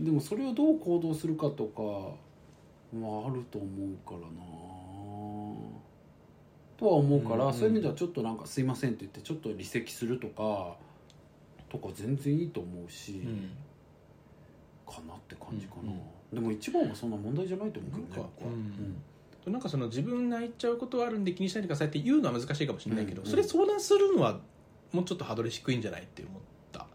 んでもそれをどう行動するかとかはあると思うからなとは思うから、うんそういう意味ではちょっとなんか「すいません」って言ってちょっと離席するとかとか全然いいと思うし、うんかなって感じかな、うんでも一番はそんな問題じゃないと思うけどねなんか僕はうんうんなんかその自分泣いちゃうことはあるんで気にしないでくださいって言うのは難しいかもしれないけど、うんうんそれ相談するのはもうちょっとハードル低いんじゃないって思った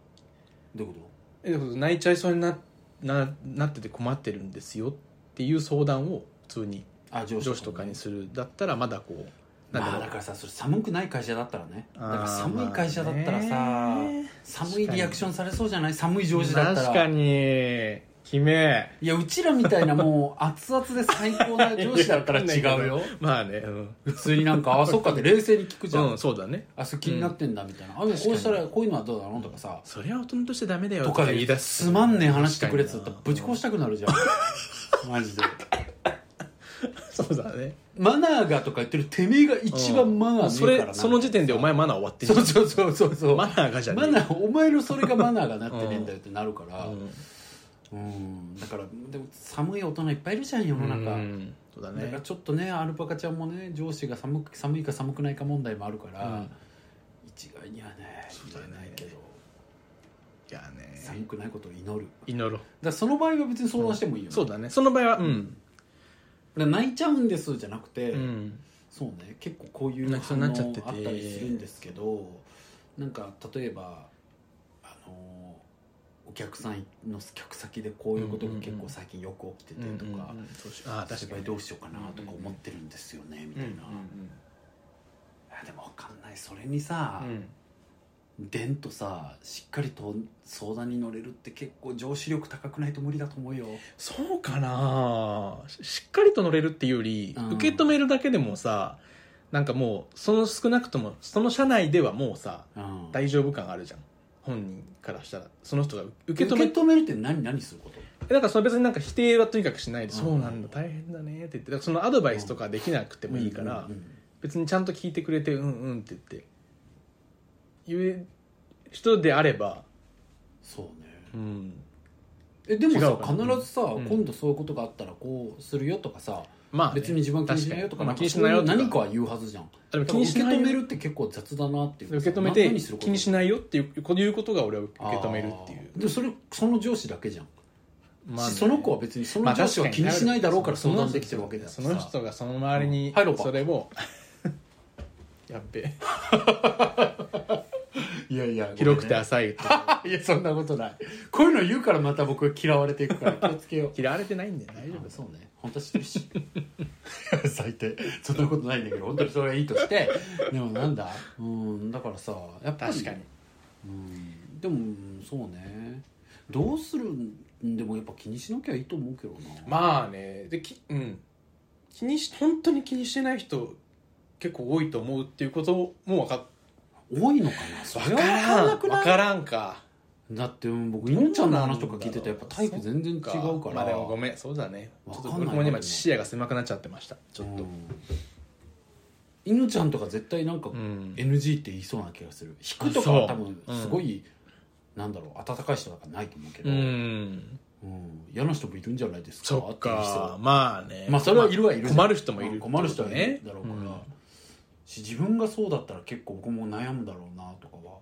どういうこえだから泣いちゃいそうになななってて困ってるんですよっていう相談を普通にとあ上上司とかにするだったらまだこうなんまあだだろかうらさそれ寒くない会社だったらねだから寒い会社だったらさ、まあね寒いリアクションされそうじゃない寒い上司だったら確かに決めいやうちらみたいなもう熱々で最高な上司だったら違うよまあねうん、普通になんか「あそっか」って冷静に聞くじゃん、うん、そうだねあそれ気になってんだみたいな「あでもこうしたらこういうのはどうだろう?」とかさそれは大人としてダメだよととかか言いで出すまんねえ話してくれっつったらぶちこ壊したくなるじゃんマジでそうだねマナーがとか言ってるてめえが一番マナーねえそかられなその時点でお前マナー終わってんじそゃんうそうそうそうそうマナーがじゃねえマナーお前のそれがマナーがなってねえんだよってなるから、うんうんだからでも寒い大人いっぱいいるじゃん世の中、うんそうだだからねちょっとねアルパカちゃんもね上司が寒く寒いか寒くないか問題もあるから、うん一概にはねそ言うだねえないけど、いやね寒くないことを祈るだか祈ろうらその場合は別に相談してもいいよ、ねそうだねその場合はうん、だから泣いちゃうんですじゃなくて、うんそうね結構こういう泣きそうになっちゃってて反応あったりするんですけどなんか例えばあのお客さんの客先でこういうことが結構最近よく起きててとか、うんうんうんそうしああ私確場か合にどうしようかなとか思ってるんですよねみたいな、うんあでも分かんないそれにさ、うんうんでんとさしっかりと相談に乗れるって結構上司力高くないと無理だと思うよそうかなししっかりと乗れるっていうより、うん受け止めるだけでもさなんかもうその少なくともその社内ではもうさうん大丈夫感あるじゃん本人からしたらその人が受受けけ止め止めるって何何することだからそれ別になんか否定はとにかくしないで、うんそうなんだ大変だねって言ってだからそのアドバイスとかできなくてもいいから、うんうん別にちゃんと聞いてくれてうんうんって言って言う人であれば、そうねうん、えでも違うさかな必ずさ、ん今度そういうことがあったらこうするよとかさ、まあね、別に自分は気にしないよとか確になんかそまあ気にしうないいようとか何かは言うはずじゃんあでも気に受しけないよ止めるって結構雑だなっていうか受け止めなて何すること気にしないよっていうこういうことが俺は受けあー止めるっていうでそれその上司だけじゃん、まあねその子は別にその上司は気にしないだろうから相談できてるわけだその人がその周りうにん入ろうかそれを やっべいやいや広ごくてめんね浅いっていやそん なことないこういうの言うからまた僕が嫌われていくから気をつけよう嫌われてないんだよ大丈夫あそうね本当は知ってるし 最低そんなことないんだけど本当にそれはいいとしてでもなんだうんだからさやっぱり確かにうんでもうんそうねどうするんでもやっぱ気にしなきゃいいと思うけどなまあねでき、うん、気にし本当に気にしてない人結構多いと思うっていうことも分かっ多いのかなそれは分かんなく分ないからんかだってうん僕犬ちゃんの話とか聞いててやっぱタイプ全然違うからまあでもごめんそうだねちわかょっんとない僕も今視野が狭くなっちゃってましたちょっとうん犬ちゃんとか絶対なんかうん NG って言いそうな気がする引くとかあはそ多う分うんすごい、なんだろう温かい人なんかないと思うけど、ううんん嫌な人もいるんじゃないですかそっってかいうまあね人まあそれはいるはいるじゃん困る人もいるうん困る人はいるねだろうから、うんし自分がそうだったら結構僕も悩むだろうなとかは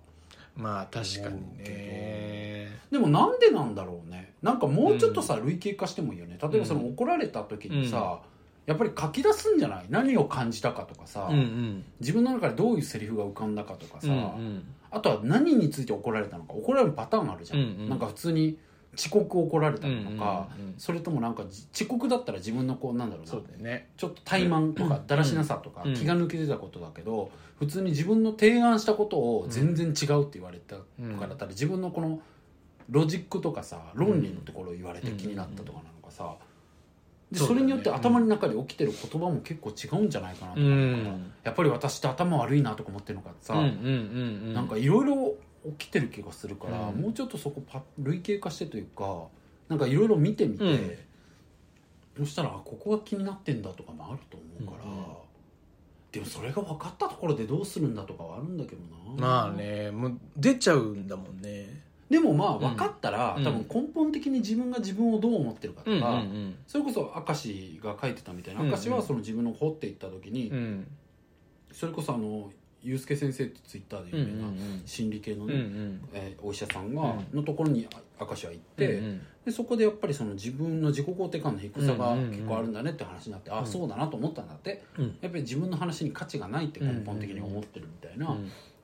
まあ確かにねでもなんでなんだろうねなんかもうちょっとさ、類型化してもいいよね例えばそのうん怒られた時にさ、やっぱり書き出すんじゃない何を感じたかとかさ、うんうん自分の中でどういうセリフが浮かんだかとかさ、うんうんあとは何について怒られたのか怒られるパターンあるじゃん、うんうんなんか普通に遅刻怒られたのとか、うんうんうんそれともなんかじ遅刻だったら自分のこうなんだろうなそうだよねちょっと怠慢とかだらしなさとかうん気が抜けてたことだけど普通に自分の提案したことを全然違うって言われたとかだったら自分のこのロジックとかさ論理のところを言われて気になったとかなのかさでそうそだれねによって頭の中で起きてる言葉も結構違うんじゃないかなとうかんやっぱり私って頭悪いなとか思ってるのかさ、うんうんうんなんかいろいろ起きてる気がするから、うんもうちょっとそこパ類型化してというかなんかいろいろ見てみて、うんそしたらあここが気になってんだとかもあると思うから、うんうんでもそれが分かったところでどうするんだとかはあるんだけどなまあねもう出ちゃうんだもんねでもまあ分かったら、うん多分根本的に自分が自分をどう思ってるかとか、んそれこそ明石が書いてたみたいな、うんうん明石はその自分の掘っていった時に、うんそれこそあのユースケ先生ってツイッターで有名な心理系のね、えーお医者さんが、うんのところにあ明石は行って、でそこでやっぱりその自分の自己肯定感の低さがうんうんうん結構あるんだねって話になって、うあんそうだなと思ったんだって、うんやっぱり自分の話に価値がないって根本的に思ってるみたいな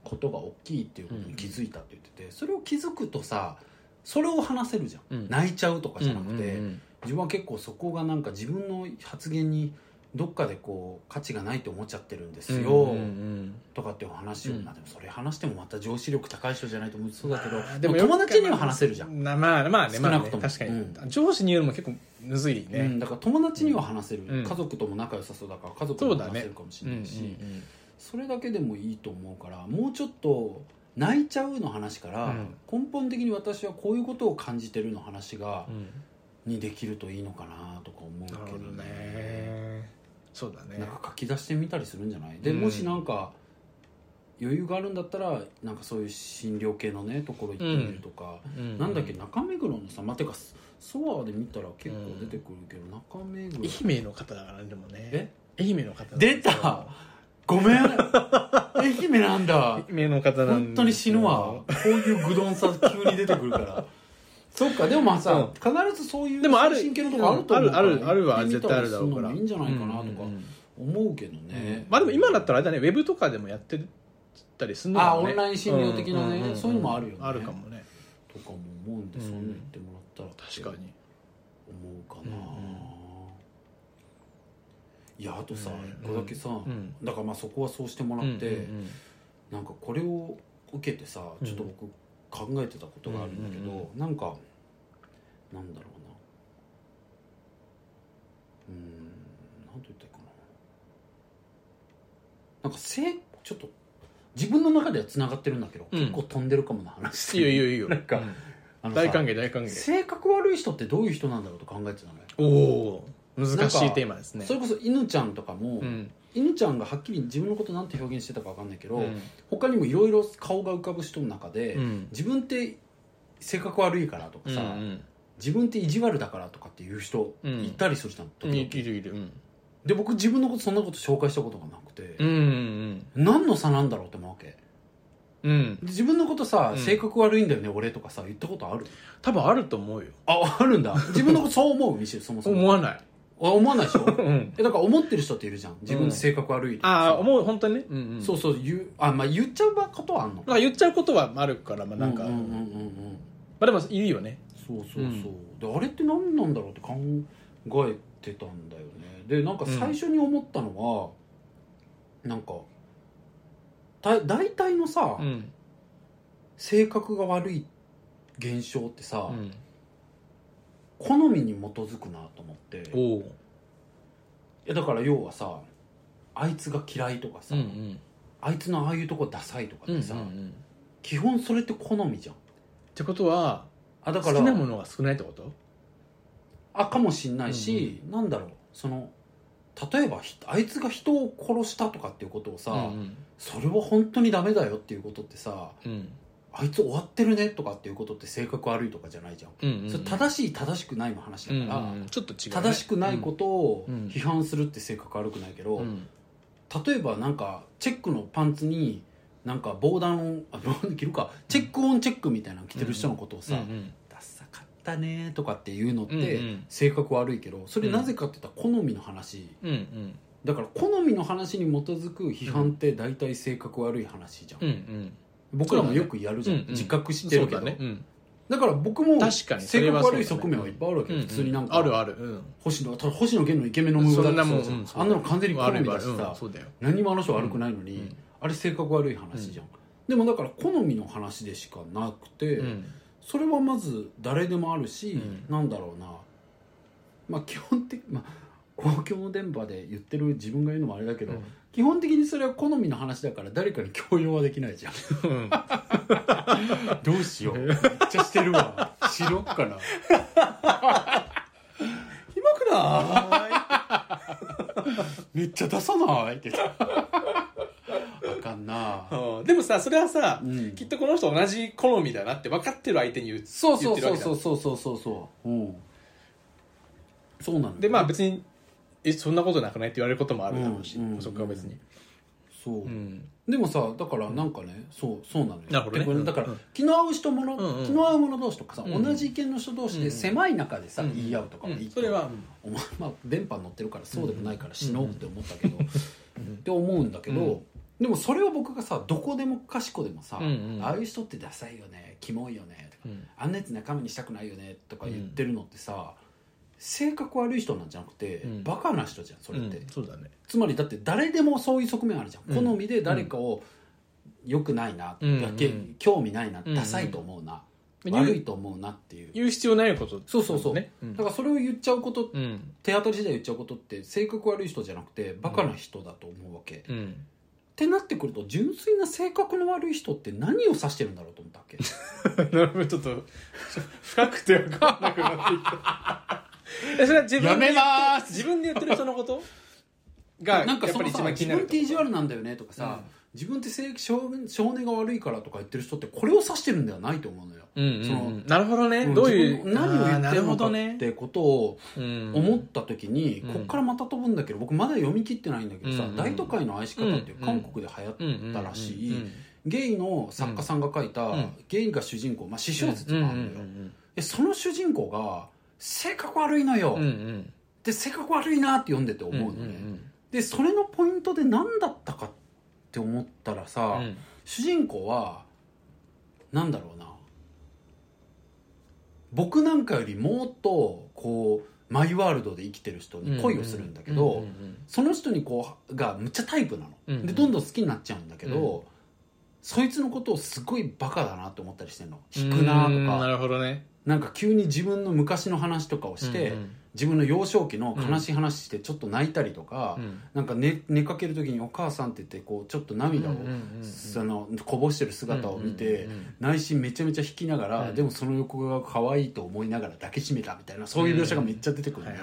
ことが大きいっていうことに気づいたって言っててそれを気づくとさそれを話せるじゃん、うん泣いちゃうとかじゃなくて、自分は結構そこがなんか自分の発言にどっかでこう価値がないと思っちゃってるんですよ、とかっていう話を、うんまあでもそれ話してもまた上司力高い人じゃないと難しそうだけど、ででももよく友達には話せるじゃん、まあまあまあね少なくとも確かに、うん上司によるも結構むずいね、うんだから友達には話せる、うん家族とも仲良さそうだから家族にもそうだね話せるかもしうんれうないしそ,、んれだけでもいいと思うからもうちょっと泣いちゃうの話から、うん根本的に私はこういうことを感じてるの話がう、んにできるといいのかなとか思うけなどるほどねそうだねなんか書き出してみたりするんじゃないで、うんもしなんか余裕があるんだったらなんかそういう診療系のねところ行ってみるとか、なんだっけ中目黒のさまあ、てかソソアで見たら結構出てくるけど、中目黒愛媛の方だからねでもねえ愛媛の方出たご めん愛媛なんだ愛媛の方なん本当に死ぬわこういう愚鈍さ急に出てくるから そっかでもまあさ、必ずそういうでもある神経のとこあると思うあるあるあるは行ってみた絶対ありるすだろうのからもいいんじゃないかなとか思うけどねね、まあでも今だったらあれだねウェブとかでもやってたりするのあーかもオねンライン診療的なね、んんんんそういうのもあるよねあるかもねとかも思うんで、うんそんな言ってもらったら確かに思うかな、うんうんいやあとさうん一個だけさ、うんだからまあそこはそうしてもらって、うんうんうんなんかこれを受けてさちょっと僕考えてたことがあるんだけど、うんうんなんかなんだろうなうーんなんて言ったらいいかななんかせいちょっと自分の中ではつながってるんだけど、うん結構飛んでるかもな話いいよいいよいいよなんかうんあのさ大歓迎大歓迎性格悪い人ってどういう人なんだろうと考えてたのよ、おおー難しいテーマですねそれこそ犬ちゃんとかも、うん犬ちゃんがはっきり自分のことなんて表現してたかわかんないけど、うん他にもいろいろ顔が浮かぶ人の中で、うん自分って性格悪いからとかうんさ、自分って意地悪だからとかっていう人うんいたりするじゃん、う時ん々いるいるうんで僕自分のことそんなこと紹介したことがなくて、うんうん何の差なんだろうって思うわけでうんうん自分のことさ、うん性格悪いんだよね俺とかさ言ったことある多分あると思うよああるんだ自分のことそう思うミシェルそもそも思わないあ思わないでしょうんえだから思ってる人っているじゃん自分の性格悪いとかあさあ思う本当にねうんうんそうそう言うあ、まあ、言っちゃうことはあんのなんか言っちゃうことはあるからまあなんかうんうんうんうんまうんあでもいるよねそうそうそう、であれって何なんだろうって考えてたんだよねでなんか最初に思ったのは、なんかだ大体のさ、うん性格が悪い現象ってさ、うん好みに基づくなと思っておいおやだから要はさあいつが嫌いとかさ、うんうんあいつのああいうとこダサいとかっうんうんてうさ、ん基本それって好みじゃんってことはあだ好かきらなものが少ないってことあかもしんないし、なんだろうその例えばひあいつが人を殺したとかっていうことをさ、うんそれは本当にダメだよっていうことってさうんあいつ終わってるねとかっていうことって性格悪いとかじゃないじゃん、うんうんうんそれ正しい正しくないの話だうかんうら、んうんちょっと違うね正しくないことをうん批判するって性格悪くないけど、うん例えばなんかチェックのパンツになんか防弾をあ防弾着るかチェックオンチェックみたいなの着てる人のことをさ、うんうんダサかったねとかっていうのって、うんうん性格悪いけどそれなぜかって言ったら好みの話うんうんだから好みの話に基づく批判って大体性格悪い話じゃん、うんうん僕らもよくやるじゃん、そうだねうんうん自覚してるけどそうだ,、だねうんから僕も確かにそ性れ格はそう悪だねい側面はいっぱいあるわけ、うう普通になんかあるあるうん星野ただ星野源のイケメンのムーブだってそうじゃんうんあんなの完全に好みだし悪い悪いうんさ、そうだよ何もあの人悪くないのに、うんあれ性格悪い話じゃん、でもだから好みの話でしかなくて、うんそれはまず誰でもあるし、うんなんだろうなまあ基本的まあ公共の電波で言ってる自分が言うのもあれだけど、基本的にそれは好みの話だから誰かに強要はできないじゃんうん どうしようめっちゃしてる わしろっかな今くなめっちゃ出さないって言ったあかんなーいでもさそれはさうんきっとこの人同じ好みだなって分かってる相手に言うそうそうそう言ってるそわうそうそうそうそううんそうなんだよでまあ別にえそんなことなくないって言われることもあるだろうしうんうんそこは別にそう、うんでもさだからなんかね、そうそうなのよなるほどね結構だから、うん気の合う人もの、うんうん気の合う者同士とかさ、うん同じ意見の人同士で狭い中でさ、うん言い合うとかうもいい、んそれはうんお前まあ電波乗ってるからそうでもないから死のうって思ったけど、んって思うんだけど、うんでもそれを僕がさどこでもかしこでもさ、うんうんああいう人ってダサいよねキモいよねとか、うんあんなやつ仲間にしたくないよねとか言ってるのってさ、性格悪い人なんじゃなくて、うんバカな人じゃんそれって、うんそうだねつまりだって誰でもそういう側面あるじゃん、うん好みで誰かを良くないな、うんだけうん興味ないな、うんダサいと思うな、うん悪いと思うなっていう、言う必要ないことそうそうそう、ねんだからそれを言っちゃうことうん手当たり次第言っちゃうことって性格悪い人じゃなくてバカな人だと思うわけ、っうんてなってくると純粋な性格の悪い人って何を指してるんだろうと思ったっけ なるほどちょっと深くて分かんなくなってきたえそれは自分で言ってやめまーす自分で言ってる人のことがなやっんかそぱのり一さ番気自 にな分っるて意地悪なんだよねとかさ、自分って性少少年が悪いからとか言ってる人ってこれを指してるんではないと思うのよ、うんうんそのうんなるほどね、どういう自分何をあー言っなてるるほのかどっねてことを思思った時に、うんこっからまた飛ぶんだけど僕まだ読み切ってないんだけどさ、うん大都会の愛し方っていううん韓国で流行っったらしいゲイの作家さんが書いた、うんゲイが主人公まあ私小説があるのよ、うんでその主人公が性格悪いのよ、うんうんで性格悪いなって読んでて思うんうのね、でそれのポイントで何だったかって思ったらさ、うん主人公はなんだろうな僕なんかよりもっとこうマイワールドで生きてる人に恋をするんだけど、うんうんその人にこうがむっちゃタイプなの、うんうんでどんどん好きになっちゃうんだけど、そいつのことをすごいバカだなって思ったりしてるの引くなうーとんなかるほどねなんか急に自分の昔の話とかをして、うん自分の幼少期の悲しい話してちょっと泣いたりとか、うんうんなんか寝寝かける時に「お母さん」って言ってこうちょっと涙を、うんうんうんうんそのこぼしてる姿を見て、うんうんうん内心めちゃめちゃ引きながら、うんでもその横が可愛いと思いながら抱きしめたみたいなそういう描写がめっちゃ出てくるのよ、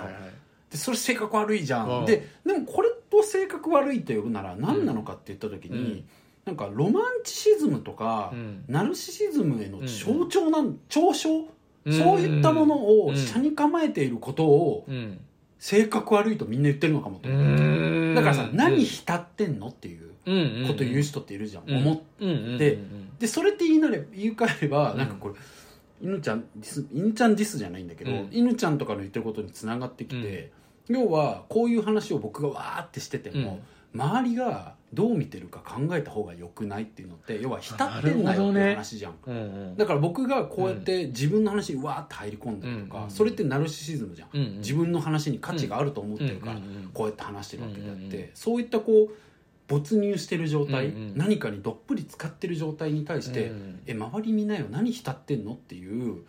でそれ性格悪いじゃん、うんででもこれと性格悪いと呼ぶなら何なのかって言った時に、うんなんかロマンチシズムとか、うんナルシシズムへの象徴なん、嘲笑うんそういったものうをん下に構えていることをうん性格悪いとみんな言ってるのかもと思うだからさ何浸ってんのっていうこと言う人っているじゃん、思っってでそれって言いなれ言い換えれば、うんなんかこれ犬ちゃんディス犬ちゃんディスじゃないんだけど、うん犬ちゃんとかの言ってることにつながってきて、要はこういう話を僕がわーってしてても、周りがどう見てるか考えた方がよくないっていうのって要は浸ってんなよっていう話じゃん、だから僕がこうやって自分の話にわーって入り込んだりとか、うんそれってナルシシズムじゃん、自分の話に価値があると思ってるから、こうやって話してるわけであって、うんうんうんそういったこう没入してる状態、うんうん何かにどっぷり使ってる状態に対して、え周り見なよ何浸ってんのっていう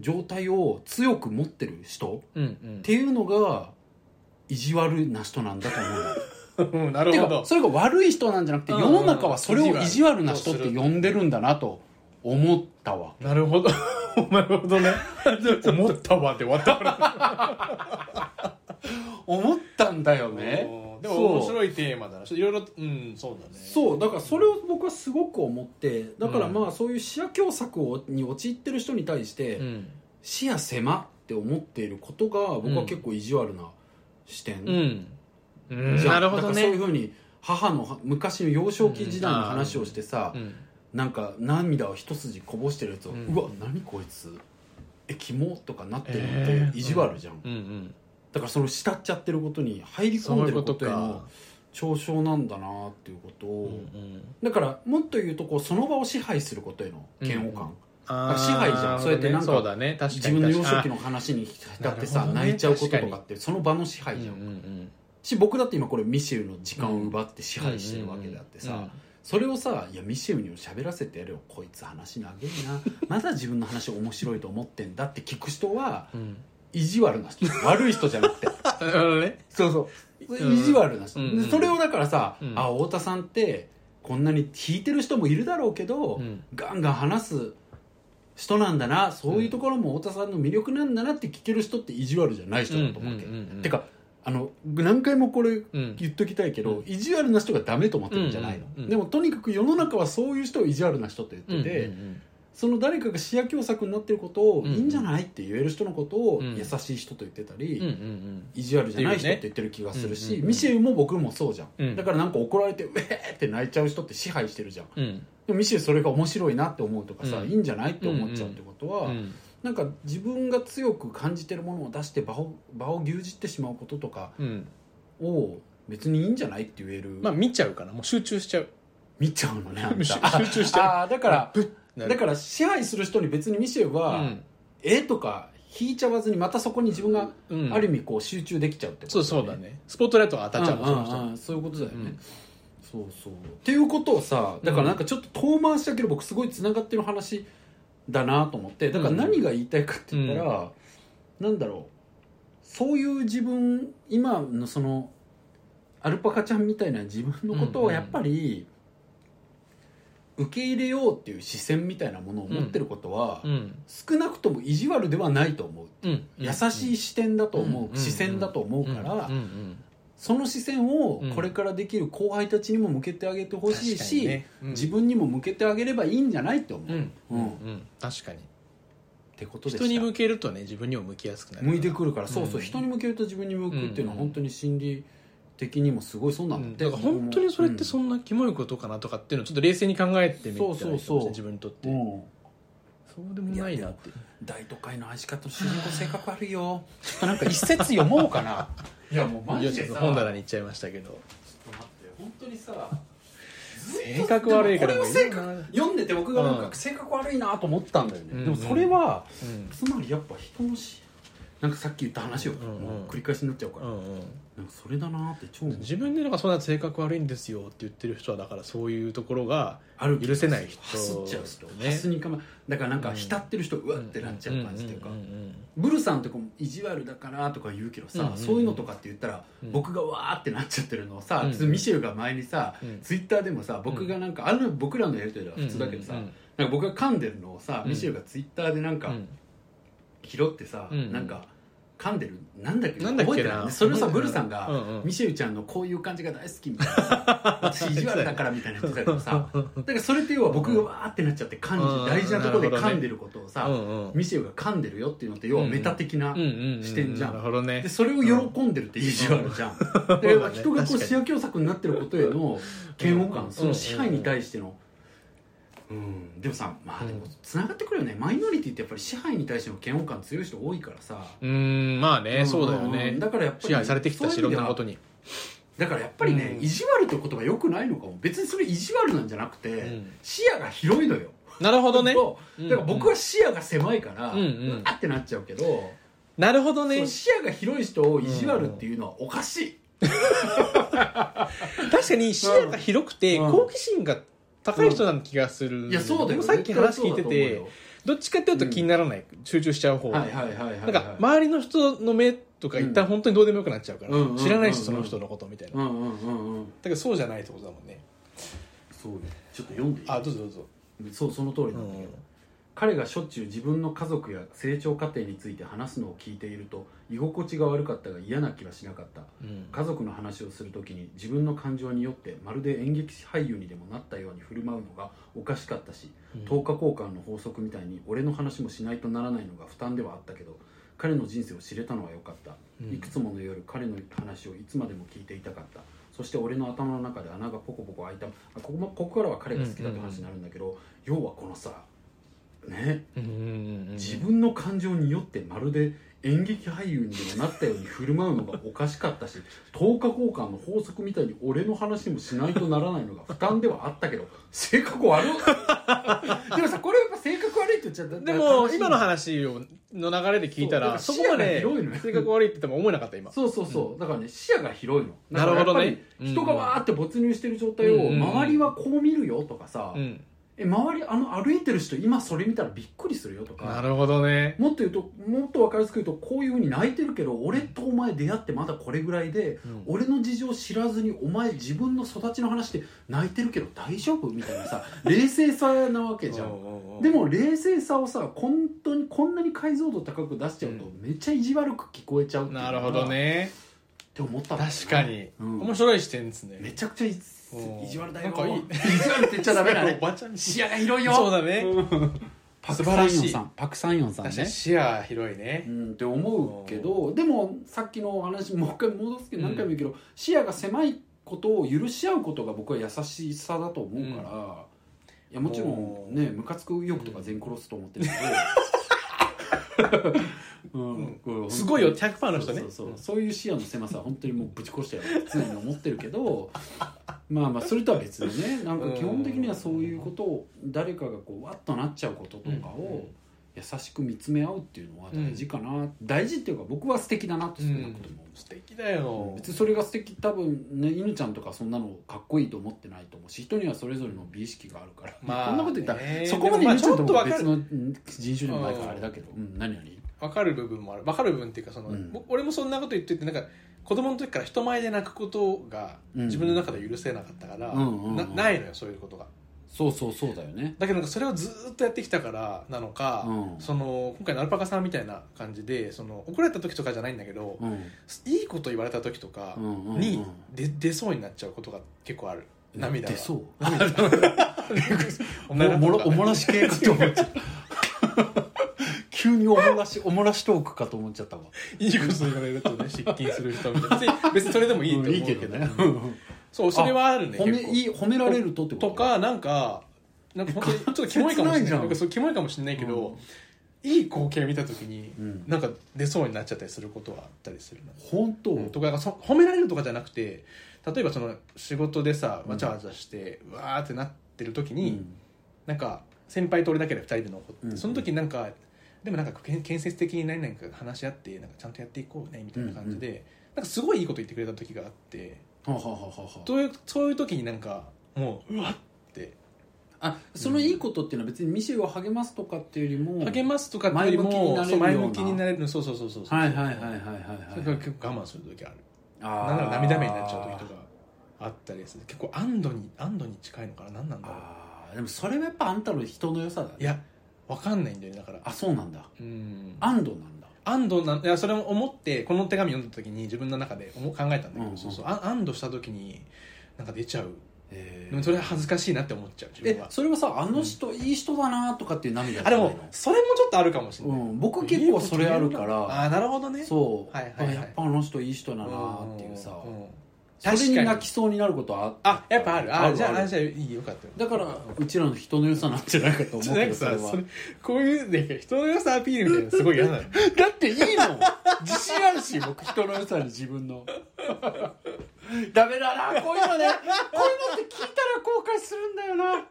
状態を強く持ってる人っていうのが意地悪な人なんだ と思うよなるてほかどそれが悪い人なんじゃなくてうん世うんうんの中はそれを意地悪な人って呼んでるんだなと思ったわなるほど なるほ どね思ったわで終わったから思ったんだよねでも面 そう白いテーマだなちょっといろいろうんそうだねそうだからそれを僕はすごく思ってだからまあそういう視野狭作をに陥ってる人に対して、うん視野狭って思っていることが僕は結構意地悪な視点、うんうんじゃんなるほだどからそういねうふうに母の昔の幼少期時代の話をしてさ、うんなんか涙を一筋こぼしてるやつを、ううんわ何こいつえキモとかなってるえのってー意地悪じゃん、うんうんだからその慕っちゃってることに入りそう込んいでうこることとへのか嘲笑なんだなっていうことうを、んだからもっと言うとこうその場を支配することへの嫌悪感、あー支配じゃんそうやってなんかそうだね確か自に分の幼確かに少期の話にだってなさ、るほどね泣いちゃうこととかってその場の支配じゃん、うんうんし僕だって今これミシェルの時間を奪って支うん配してるわけであってさ、それをさ「いやミシェルにも喋らせてやるよこいつ話長えな まだ自分の話面白いと思ってんだ」って聞く人はうんうん意地悪な 人悪い人じゃなくてなるほどねそうそうう意ん地悪な人、うんでそれをだからさ「うんあ太田さんってこんなに聞いてる人もいるだろうけど、うんガンガン話す人なんだなそういうところも太田さんの魅力なんだなって聞ける人って意地悪じゃない人だと思うわけ、うんうんうんうんてかあの何回もこれうん言っときたいけど、うん意地悪な人がダメと思ってるんじゃないの、うんうんうんでもとにかく世の中はそういう人を意地悪な人と言ってて、うんうんうんその誰かが視野狭作になってることを、うんいいんじゃないって言える人のことを、うん優しい人と言ってたり、うんうん意地悪じゃない人って言ってる気がするし、ミシェルも僕もそうじゃん、うんだからなんか怒られて「うえー!」って泣いちゃう人って支配してるじゃんうんうんでもミシェルそれが面白いなって思うとかさ、うんいいんじゃないって思っちゃうってことは、うんなんか自分が強く感じてるものを出して場を場を牛耳ってしまうこととかうんを別にいいんじゃないって言える、まあ見ちゃうかなもう集中しちゃう見ちゃうの ねあん集た集中しちゃうああだからなだるから支配する人に別にミシェルは、うん絵とか引いちゃわずにまたそこに自分がうんある意味こう集中できちゃうってことそうそうだねスポットライトが当たっちゃうもんその人うんうんうんそういうことだよね、うんそうそうっていうことをさだからなんかちょっと遠回しだけど僕すごいつながってる話だなと思ってだから何が言いたいかって言ったら、なんだろうそういう自分今のそのアルパカちゃんみたいな自分のことうんうをんやっぱり受け入れようっていう視線みたいなものを持ってることは、うん少なくとも意地悪ではないと思う、うん優しい視点だと思う、視線だと思うから、うんうんその視線をこれからできる後輩たちにも向けてあげてほしいし、自分にも向けてあげればいいんじゃないって思う、うっんううんんうん確かにてことでした人に向けるとね自分にも向きやすくなる向いてくるから、そううそんう人に向けると自分に向くっていうのはうん本当に心理的にもすごいそうなうんんだだっかて、ら本当にそれってそうんなキモいことかなとかっていうのをちょっと冷静に考えてみたらいいかもしそうれそうなそいう自分にとってんうんそうでもないなって大都会の愛し方の主人公性格悪いよちょっとなんか一節読もうかな いやもういやちょっと本棚に行っちゃいましたけど本当にさ性格悪いからこれもをい性いな格読んでて僕がなんうんか性格悪いなと思ったんだよね、うんでもそれはうんつまりやっぱ人のしなんかさっき言った話を、うんうんもう繰り返しになっちゃうから、うんうんなんかそれだなって超思う自分でなんかそんな性格悪いんですよって言ってる人はだからそういうところがある許せない人ハスっちゃう人ねハスにかまだからなんうかん浸ってる人、うわってなっちゃう感じっていうか、んんんブルさんとかも意地悪だからとか言うけどさ、うんうんうんそういうのとかって言ったら、うん僕がわーってなっちゃってるのをさ、うんミシェルが前にさ、うんツイッターでもさ僕がなんか、あの僕らのやりとりでは普通だけどさ、うんうんなんか僕が噛んでるのをさ、うんミシェルがツイッターでなんか、うん拾ってさ、うんなんか噛んでるなんだっけなんだっけ覚えなてないそれをさ覚ブえてなルさんいが、うんうんミシェルちゃんのこういう感じが大好きみたいな さ私意地悪だからみたいな言ってたけどさだからそれって要は僕がわーってなっちゃって噛んで、うん大事なところでなるほど噛ねんでることをさ、うんうんミシェルが噛んでるよっていうのって要はメタ的な、うんうん視点じゃんなるほどねでそれを喜んでるって意地悪じゃん、 でそうだね人がこ確うかに視野狭作になってることへの嫌悪感、うんその支配に対してのうん、でもさまあでもつながってくるよねマイノリティってやっぱり支配に対しての嫌悪感強い人多いからさ、うーんまあね、そうだよんねだからやっぱり支配されてきたしそいうろうん意味でなはことにだからやっぱりね、うん意地悪って言葉よくないのかも別にそれ意地悪なんじゃなくて、ん視野が広いのよなるほどねそうだから僕は視野が狭いから、うんうんあってなっちゃうけど、なるほどそねう視野が広い人を意地悪っていうのはおかしい、確かに視野が広くてうん好奇心が高い人な気がするいやそうだよ僕さっき話聞いてて絶どっちかっていうと気にならない集中しちゃう方対なそうだと思うよはいはいはいはいはいんか周りの人の目とか一旦本当にどうでもよくなっちゃうからうんうんうんうん知らないしその人のことみたいうなだんうんうんうんけどそうじゃないってことだもんねそうよちょっと読んでいいあどうぞどうぞそうその通りうなんだけんど、彼がしょっちゅう自分の家族や成長過程について話すのを聞いていると居心地が悪かったが嫌な気はしなかったうん家族の話をするときに自分の感情によってまるで演劇俳優にでもなったように振る舞うのがおかしかったし等価交換の法則みたいに俺の話もしないとならないのが負担ではあったけど彼の人生を知れたのは良かったうんいくつもの夜彼の話をいつまでも聞いていたかったそして俺の頭の中で穴がポコポコ開いたあここもここからは彼が好きだって話になるんだけど、要はこのさねうんうんうんうん自分の感情によってまるで演劇俳優にでもなったように振る舞うのがおかしかったし 等価交換の法則みたいに俺の話もしないとならないのが負担ではあったけど性格悪っ でもさこれやっぱ性格悪いって言っちゃったでも今の話をの流れで聞いたらそそうこまで視野が広いのよ性格悪いって言っても思えなかった今そうそうそう、だからね視野が広いのなるほだどねからやっぱり人がわーって没入してる状態うんをうんうん周りはこう見るよとかさ、うんえ周りあの歩いてる人今それ見たらびっくりするよとなかるほどねもっと言うともっと分かりやすく言うとこういうふうに泣いてるけど俺とお前出会ってまだこれぐらいでうん俺の事情知らずにお前自分の育ちの話で泣いてるけど大丈夫みたいな さ冷静さなわけじゃん。でも冷静さをさ本当にこんなに解像度高く出しちゃうとうんめっちゃ意地悪く聞こえちゃうっていうのながるほどねって思ったんだよね確かに、うん面白い視点ですめねちゃくちゃいうん意地悪だよなんかいい意地悪って言っちゃダメだねおばちゃん視野が広いよそうだね、パ素クサ晴らンヨしンいさんパクサンヨンさん確かねに視野広いねう、んって思うけどでもさっきのお話もう一回戻すけどうん何回も言うけど、視野が狭いことを許し合うことが僕は優しさだと思うから、いやもちろもうんねムカつく欲とか全殺すと思ってるけど、 うんこれうん本当にすごいよ100%の人ねそうそうそうそういう視野の狭さは本当にもうぶち越してやろうって常に思ってるけど まあまあそれとは別にねなんか基本的にはそういうことを誰かがこうわっとなっちゃうこととかを優しく見つめ合うっていうのは大事かな、大事っていうか僕は素敵だなと少うんなくとも素敵だよ、別にそれが素敵多分ね犬ちゃんとかそんなのかっこいいと思ってないと思うし人にはそれぞれの美意識があるから、まあこんなこと言ったら、ねそこまででもまあ犬ちゃんと僕はちょっ別とのうん人種でもないからあれだけど、うん、何々分かる部分もある分かる部分っていうかその、うん僕俺もそんなこと言っててなんか子供の時から人前で泣くことがうん自分の中で許せなかったから、うんうんうんなないのよそういうことがそうそうそうだよねだけどなんかそれをずーっとやってきたからなのか、うんその今回のアルパカさんみたいな感じでその怒られた時とかじゃないんだけど、うんいいこと言われた時とかうんうんうんにで出そうになっちゃうことが結構ある涙が出そうおおもおもろおもらし系かと思っちゃった 急におもらしおもらしトークかと思っちゃったわいいこと言われるとね失禁する 人みたいな別に別にそれでもいいと思うけど,、ね、そうそれはあるね褒め結構いい褒められるとってことかなんかなんか本当にちょっとキモいかも 切しれないないじゃんなんかそうキモいかもしれないけど、いい光景見た時に、うんなんか出そうになっちゃったりすることはあったりするな本当、とかそ褒められるとかじゃなくて例えばその仕事でさわちゃわちゃして、うわーってなってる時に、なんか先輩と俺だけで2人で残って、うんその時なんかでもなんか建建設的に何々か話し合ってなんかちゃんとやっていこうねみたいな感じで、なんかすごいいいこと言ってくれた時があってはあはあはあはあそういうそういう時になんかもううわってあそのいいことっていうのは別にミシェルを励ますとかっていうよりも励ますとかっていうよりもそう前前向向ききににななれるそうそうそうそうそうはいはいはいはいはいそれはからい結構我慢する時あるあーなんなら涙目になっちゃう時とかあったりでする結構安堵に安堵に近いのかな何なんだろうあーでもそれはやっぱあんたの人の良さだねいやわかんないんだよねだからあそうなんだうん安堵なんだ安堵なんいやそれを思ってこの手紙読んだ時に自分の中で思考えたんだけど、うんうんそうそうあ安堵した時になんか出ちゃうえでもそれは恥ずかしいなって思っちゃう自分えはそれはさあの人、いい人だなとかっていう涙あでもそれもちょっとあるかもしれうない、ん、僕結構それあるかあらーなるほどねそう、はいはいはいあやっぱあの人いい人だうなーっていうさ、んそんれ確かにに泣きそうになることはあやっぱあるあるじゃるああじゃあいいよかったよだからうちらの人の良さなんじゃないかと思ちょうけなんどかそれさはそれこういうね人の良さアピールみたいなのすごい嫌なのだっていいの自信あるし僕人の良さに自分のダメだなこういうのねこういうのって聞いたら後悔するんだよな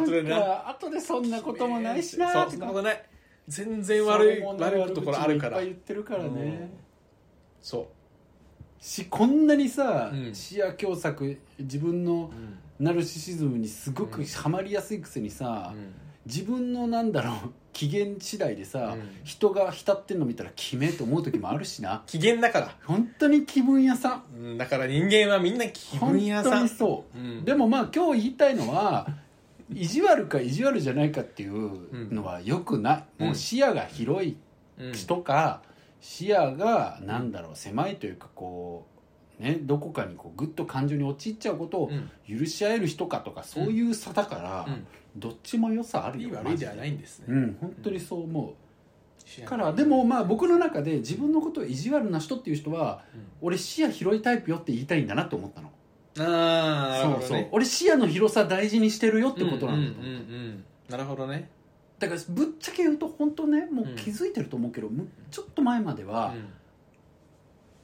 後でななんか後で そんなこともないしなそとうかそんなことない全然悪いそうね悪いところあるから悪口もいっぱい言ってるからね、うんそしこんなにさ、うん視野狭作自分のう、ナルシシズムにすごうくんはまりやすいくせにうさ、ん自分のなんだろう 機嫌次第でさ、うん人が浸ってんの見たらキメえと思う時もあるしな機嫌だから本当に気分屋さんうんだから人間はみんな気分屋さ本当にん、そう、うんでもまあ今日言いたいのは意地悪か意地悪じゃないかっていうのはよくない、うんもう視野が広いうんとか、視野がなんだろう狭いというかこうねどこかにこうグッと感情に陥っちゃうことをうん許し合える人かとかそういう差だから、うんどっちも良さあるいよい悪いじゃないいんですうね、ん本当にそう思視う野がからでもまあ僕の中で自分のことを意地悪な人っていう人は俺視野広いタイプよって言いたいんだなと思ったの、うんああなるほそうどそうね俺視野の広さ大事にしてるよってことなんだと思う、うんうんうんなるほどね、だからぶっちゃけ言うと本当ねもううん気づいてると思うけど、むちょっと前までは、うん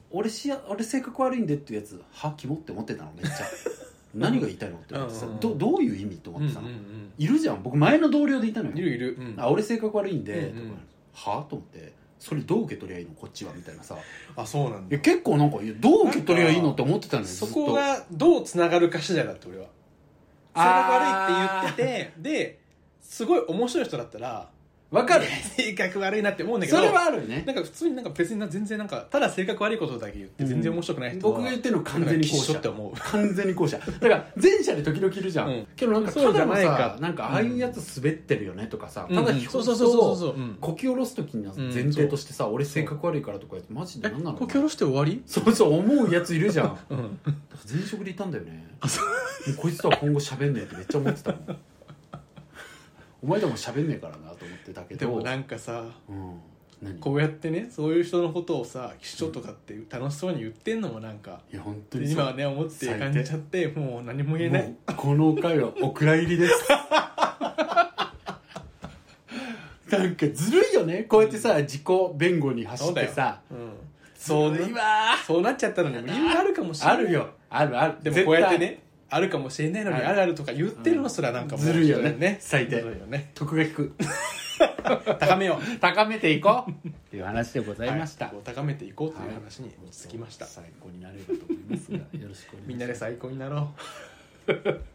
俺しや俺性格悪いんでっていうやつはキモって思ってたのめっちゃ 何が言いたいのって思ってさ、うんうんうんどどういう意味と思うっんてうさ、んいるじゃん僕前の同僚でいたのうよんいるいる、うんあ俺性格悪いんで、うんうんとかはと思ってそれどう受け取りゃいいのこっちはみたいなさいあそうなんだや結構なんかいやどう受け取りゃいいのって思ってたのよずそっとこがどうつながるか次第だって俺は性格あー悪いって言っててですごい面白い人だったらわ かる性格悪いなって思うんだけどそれはあるよねなんか普通になんか別にな全然なんかただ性格悪いことだけ言って全然面白くない人は、僕が言ってるの完全に後しょ者って思う完全に後者だから前者で時々いるじゃん、うんけどなんかたそうじだゃのないかさなんかああいうやつ滑ってるよねとかさ、ただうんうんひょそうっそうそうそうとそう、うん、こき下ろす時の前提としてさ、俺性格悪いからとかやってマジでえ何なのこう下ろして終わりそうそう思うやついるじゃ んうん前職でいたんだよねもうこいつとは今後喋んねえってめっちゃ思ってたも んお前とも喋んねえからなと思ってたけでどもなんかさうん、何こうやってねそういう人のことをさ「秘書」とかって楽しそうに言ってんのもなんかいや本当に今はさね思って感じちゃってもう何も言えないもうこの回はお蔵入りです なんかずるいよねこうやってさ自己弁護に走ってさうん、そうずるいわそうなっちゃったのにも理由があるかもしれなあいるよあるあるでも絶こう対やってねあるかもしれないのにはいあるあるとか言ってるのすらなんかもうずるいよねひど最低ずるいよね徳が引く高めよう高めていこうっていう話でございました、はいこう高めていこうという話に落ち着きました、最高になれると思います がよろしくお願いしますみんなで最高にな ろ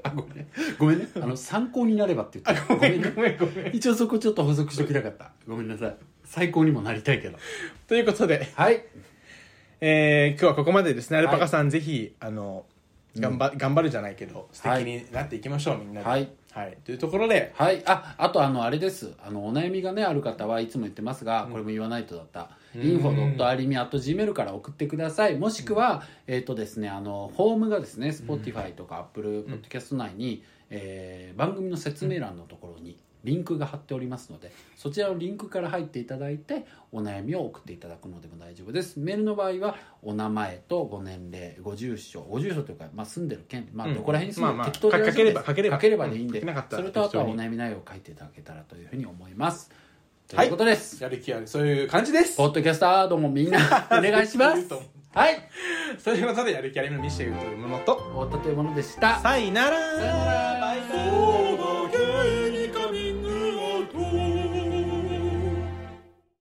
あごめんねごめんねあの参考になればって言ってうごめんねごめんごめ ん一応そこちょっと補足しときたかったごめんなさい最高にもなりたいけどということで、はいえー今日はここまでですねアルパカさん、ぜひあの頑張,、頑張るじゃないけど素は敵いになっていきましょう、みんなでは、はいというところではいああとあのあれですあのお悩みがねある方はいつも言ってますが、これも言わないとだった、info.arimi.gmail から送ってくださいもしくは、えっ、とですねあのフォームがですね Spotify とか Apple Podcast 内に、えー番組の説明欄のところにリンクが貼っておりますのでそちらのリンクから入っていただいてお悩みを送っていただくのでも大丈夫ですメールの場合はお名前とご年齢ご住所ご住所というか、まあ、住んでる県、まあ、うんどこら辺に住んでる、まあまあ適当で大丈夫ですかければかければかければでいいんで、うんかけなかったそられとあとは適お当悩み内容を書いていただけたらというふうに思いますとはいいうことです、やる気あるそういう感じですポッドキャスターどうもみんなお願いしま 言うすと思う。はい、ということでやる気ありのミシェルというものと太田というものでした。さいならさよならバイバイ